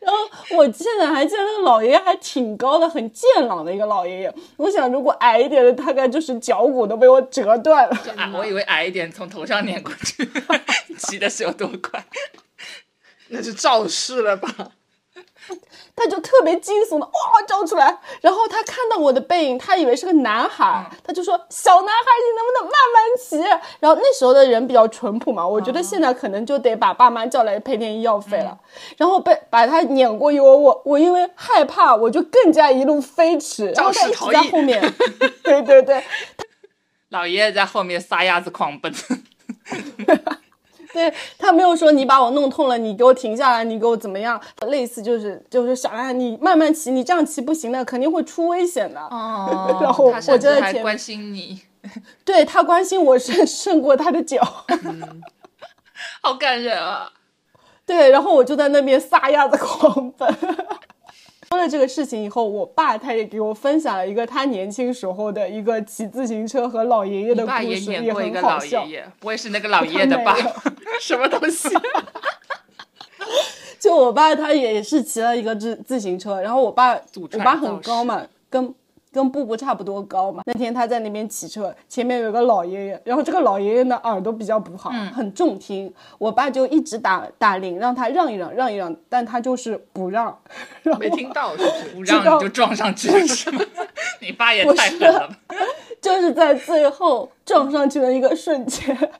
Speaker 4: 然后我现在还记得那个老爷爷还挺高的，很健朗的一个老爷爷，我想如果矮一点的，大概就是脚骨都被我折断了。
Speaker 2: 啊，我以为矮一点，从头上碾过去， 骑的是有多快？
Speaker 3: 那就肇事了吧？
Speaker 4: 他就特别惊悚的哇叫出来，然后他看到我的背影，他以为是个男孩，
Speaker 3: 嗯
Speaker 4: 他就说：“小男孩，你能不能慢慢骑？”然后那时候的人比较淳朴
Speaker 3: 嗯
Speaker 4: 嘛，我觉得现在可能就得把爸妈叫来赔点医药费了。
Speaker 3: 嗯
Speaker 4: 然后被把他撵过去，我我我因为害怕，我就更加一路飞驰，然后他一直
Speaker 3: 肇事
Speaker 4: 在
Speaker 3: 逃逸
Speaker 4: 后面， 对对对，
Speaker 2: 老爷爷在后面撒丫子狂奔，
Speaker 4: 对他没有说你把我弄痛了，你给我停下来，你给我怎么样？类似就是就是小男孩，你慢慢骑，你这样骑不行的，肯定会出危险的。
Speaker 2: 哦
Speaker 4: 然后
Speaker 2: 他
Speaker 4: 我
Speaker 2: 甚
Speaker 4: 就在
Speaker 2: 至还
Speaker 4: 前
Speaker 2: 关心你，
Speaker 4: 对他关心我胜 胜过他的脚，
Speaker 2: 好感人啊！
Speaker 4: 对，然后我就在那边撒丫子狂奔。 说了这个事情以后，我爸他也给我分享了一个他年轻时候的一个骑自行车和老爷爷的
Speaker 2: 你爸
Speaker 4: 故
Speaker 2: 也
Speaker 4: 事，
Speaker 2: 演过一
Speaker 4: 很
Speaker 2: 个
Speaker 4: 好
Speaker 2: 老
Speaker 4: 笑
Speaker 2: 爷。爷，不会是那个老爷爷的爸
Speaker 4: 他没
Speaker 2: 爸？什么东 西？
Speaker 4: 就我爸他也是骑了一个自自行车，然后我爸
Speaker 2: 祖
Speaker 4: 我
Speaker 2: 传
Speaker 4: 爸很高嘛，跟跟布布差不多高嘛。那天他在那边骑车，前面有一个老爷爷，然后这个老爷爷呢耳朵比较不好，
Speaker 2: 嗯
Speaker 4: 很重听。我爸就一直打打铃，让他让一让，让一让，但他就是不让。 然后
Speaker 3: 没听到是不是？
Speaker 2: 不
Speaker 4: 知道
Speaker 2: 让你就撞上去是吗？ 你爸也
Speaker 4: 不
Speaker 2: 太
Speaker 4: 是
Speaker 2: 狠 了吧！
Speaker 4: 就是在最后撞上去的一个瞬间，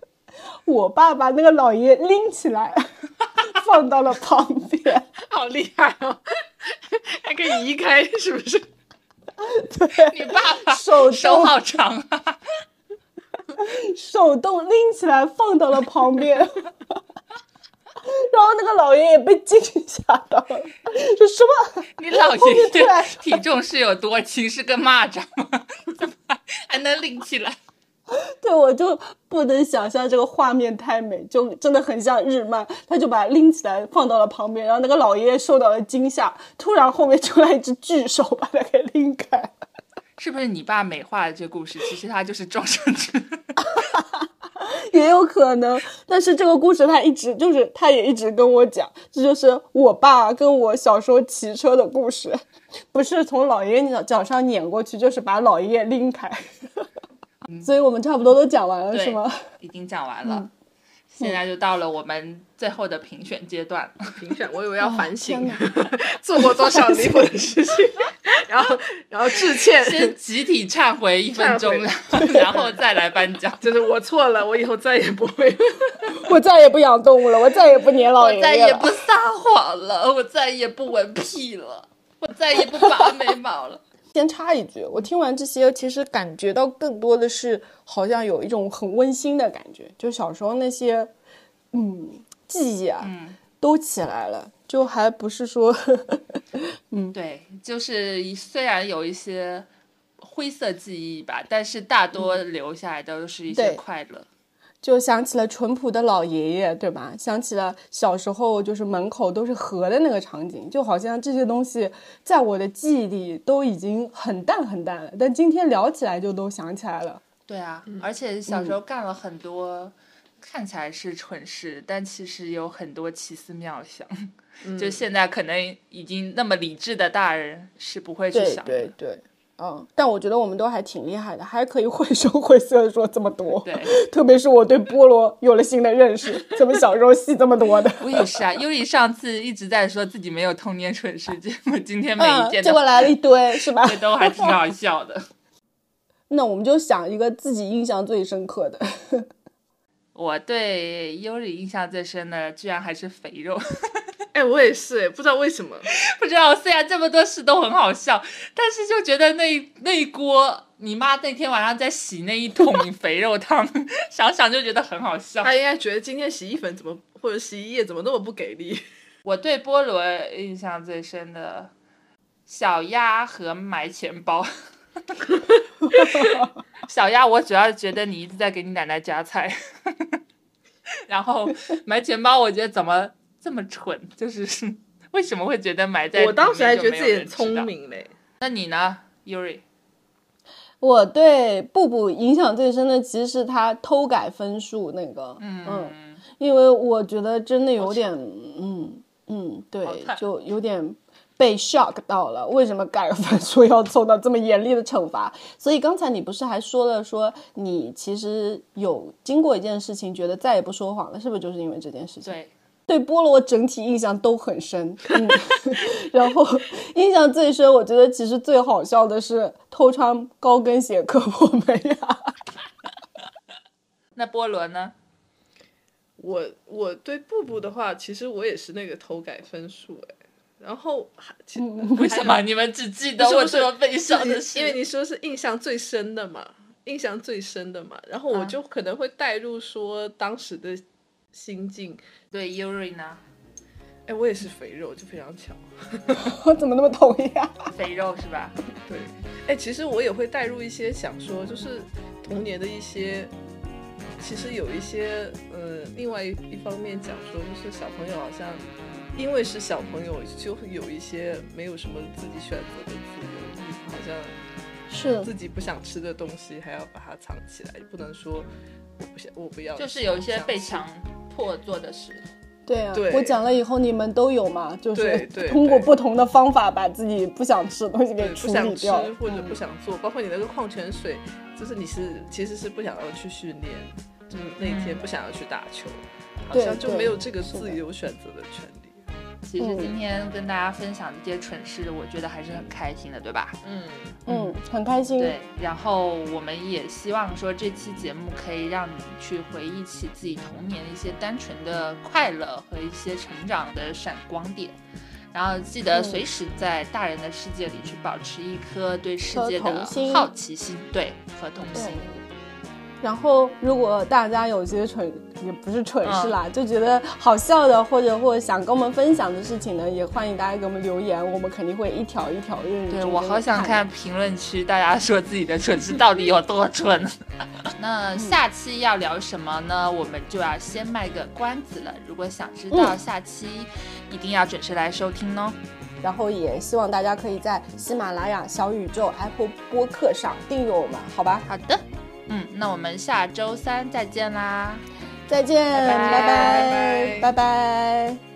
Speaker 4: 我爸把那个老爷爷拎起来， 放到了旁边。
Speaker 3: 好厉害哦！ 还可以移开，是不是？
Speaker 2: 你爸爸
Speaker 4: 手动
Speaker 2: 手好长啊！
Speaker 4: 手动拎起来放到了旁边， 然后那个老爷爷被惊吓到 了，说什么？
Speaker 2: 你老
Speaker 4: 后
Speaker 2: 爷
Speaker 4: 面突
Speaker 2: 爷
Speaker 4: 然
Speaker 2: 体重是有多轻？是个蚂蚱吗？怎么 还能拎起来？
Speaker 4: 对我就不能想象这个画面太美，就真的很像日漫。他就把它拎起来放到了旁边，然后那个老爷爷受到了惊吓，突然后面出来一只巨手把他给拎开了。
Speaker 2: 是不是你爸美化了这故事？其实他就是撞上去。
Speaker 4: 也有可能，但是这个故事他一直就是，他也一直跟我讲，这就是我爸跟我小时候骑车的故事， 不是从老爷爷脚脚上碾过去，就是把老爷爷拎开。所以我们差不多都讲完了，
Speaker 2: 嗯对
Speaker 4: 是吗？
Speaker 2: 已经讲完了，现在就到了我们最后的评选阶段了。
Speaker 3: 评选，我以为要反省
Speaker 4: 天，
Speaker 3: 做过多少离谱的事情，然后然后致 歉，
Speaker 2: 先集体忏悔一分 钟，然
Speaker 3: 忏
Speaker 2: 后然后再来颁 奖。
Speaker 3: 就是我错了，我以后再也不会。
Speaker 4: 我再也不养动物了，我再也不撵老
Speaker 2: 我
Speaker 4: 爷
Speaker 2: 再
Speaker 4: 爷
Speaker 2: 也
Speaker 4: 了
Speaker 2: 不。撒谎了，我再也不闻屁了，我再也不拔眉毛了。
Speaker 4: 先插一句，我听完这些，其实感觉到更多的是好像有一种很温馨的感觉，就小时候那些，嗯，记忆啊，
Speaker 2: 嗯
Speaker 4: 都起来了，就还不是说
Speaker 2: 对，就是虽然有一些灰色记忆吧，但是大多留下来都是一些
Speaker 4: 对
Speaker 2: 快乐。
Speaker 4: 就想起了淳朴的老爷爷，对吧？想起了小时候就是门口都是河的那个场景，就好像这些东西在我的记忆里都已经很淡很淡了，但今天聊起来就都想起来了。
Speaker 2: 对啊，而且小时候干了很多、看起来是蠢事，但其实有很多奇思妙想。就现在可能已经那么理智的大人是不会去
Speaker 4: 对
Speaker 2: 想的。
Speaker 4: 对对，嗯，但我觉得我们都还挺厉害的，还可以绘 声绘色地说这么多。
Speaker 2: 对，
Speaker 4: 特别是我对菠萝有了新的认识，怎么小时候戏这么多的？
Speaker 2: 我也是啊，尤里上次一直在说自己没有童年蠢事，结果今 天每一
Speaker 4: 嗯，
Speaker 2: 件
Speaker 4: 结
Speaker 2: 都、
Speaker 4: 果来了一堆，是吧？
Speaker 2: 都还挺好笑的。
Speaker 4: 那我们就想一个自己印象最深刻的。
Speaker 2: 我对尤里印象最深的，居然还是肥肉。
Speaker 3: 哎，我也是，哎，不知道为什 么。
Speaker 2: 不知道，虽然这么多事都很好笑，但是就觉得那一那一锅你妈那天晚上在洗那一 桶肥肉汤， 想想就觉得很好笑。
Speaker 3: 他应该觉得今天洗衣粉怎么或者洗衣液怎么那么不给力？
Speaker 2: 我对菠萝印象最深的小鸭和埋钱包。小鸭，我主要觉得你一直在给你奶奶夹菜， 然后埋钱包，我觉得怎么这么蠢？就是 为什么会觉得埋在？
Speaker 3: 我当时还觉得自己很聪。明嘞。
Speaker 2: 那你呢，Yuri？
Speaker 4: 我对布布影响最深的其实是他偷改分数那个，嗯因为我觉得真的有点，嗯嗯，对
Speaker 2: 好惨，
Speaker 4: 就有点被 shock 到了。为什么改分数要受到这么严厉的惩罚？所以刚才你不是还说了，说你其实有经过一件事情，觉得再也不说谎了，是不是就是因为这件事情？
Speaker 2: 对，
Speaker 4: 对菠萝整体印象都很深，嗯， 然后印象最深，我觉得其实最好笑的是偷穿高跟鞋磕破门牙。
Speaker 2: 那菠萝呢？
Speaker 3: 我我对布布的话，其实我也是那个偷改分数哎，然后还其
Speaker 2: 为什么你们只记得
Speaker 3: 不是
Speaker 2: 我
Speaker 3: 不是
Speaker 2: 这么悲伤的
Speaker 3: 因为
Speaker 2: 事？
Speaker 3: 你说是印象最深的嘛，印象最深的嘛，然后
Speaker 2: 啊
Speaker 3: 我就可能会带入说当时的心境。
Speaker 2: 对，Yuri 呢？
Speaker 3: 哎，我也是肥肉，就非常巧。啊
Speaker 4: 我怎么那么同意啊？
Speaker 2: 肥肉是吧？
Speaker 3: 对，哎，其实我也会带入一些想说，就是童年的一些，其实有一些，呃，另外一一方面讲说，就是小朋友好像因为是小朋友，就会有一些没有什么自己选择的自由，就是好像
Speaker 4: 是
Speaker 3: 自己不想吃的东西还要把它藏起来，不能说我不想，我不要吃，
Speaker 2: 就是有一些
Speaker 3: 我不想
Speaker 2: 被
Speaker 3: 吃
Speaker 2: 强迫做的事。
Speaker 4: 对啊，
Speaker 3: 对
Speaker 4: 我讲了以后你们都有嘛，就
Speaker 3: 对
Speaker 4: 是
Speaker 3: 对
Speaker 4: 通过
Speaker 3: 对
Speaker 4: 不同的方法把自己不想吃的东西给
Speaker 3: 对
Speaker 4: 处
Speaker 3: 不
Speaker 4: 理
Speaker 3: 想吃
Speaker 4: 掉。
Speaker 3: 或者不想做，包括你那个矿泉水，就是你是其实是不想要去训练，就是那一
Speaker 2: 嗯
Speaker 3: 天不想要去打球，好
Speaker 4: 对
Speaker 3: 像就
Speaker 4: 对
Speaker 3: 没有这个自
Speaker 4: 的
Speaker 3: 由选择的权利。
Speaker 2: 其实今天跟大家分享这些蠢事，我觉得还是很开心的，对吧？
Speaker 3: 嗯，
Speaker 4: 嗯，很开心。
Speaker 2: 对，然后我们也希望说这期节目可以让你去回忆起自己童年的一些单纯的快乐和一些成长的闪光点，然后记得
Speaker 4: 嗯
Speaker 2: 随时在大人的世界里去保持一颗对世
Speaker 4: 和
Speaker 2: 界的
Speaker 4: 童心
Speaker 2: 好奇心，对和童
Speaker 4: 对
Speaker 2: 心。
Speaker 4: 然后，如果大家有些蠢也不是蠢
Speaker 2: 嗯
Speaker 4: 事啦，就觉得好笑的，或者或者想跟我们分享的事情呢，也欢迎大家给我们留言，我们肯定会一条一条认认真
Speaker 2: 对
Speaker 4: 真
Speaker 2: 我
Speaker 4: 地
Speaker 2: 好想看评论区大家说自己的蠢事到底有多蠢。
Speaker 4: 嗯
Speaker 2: 那下期要聊什么呢？我们就要先卖个关子了。如果想知道
Speaker 4: 嗯
Speaker 2: 下期，一定要准时来收听哦。
Speaker 4: 然后也希望大家可以在喜马拉雅、小宇宙、Apple 播客上订阅我们，好吧？
Speaker 2: 好的，嗯，那我们下周三再见啦。
Speaker 4: 再见，
Speaker 2: 拜拜
Speaker 4: 拜拜
Speaker 3: 拜拜
Speaker 4: 拜拜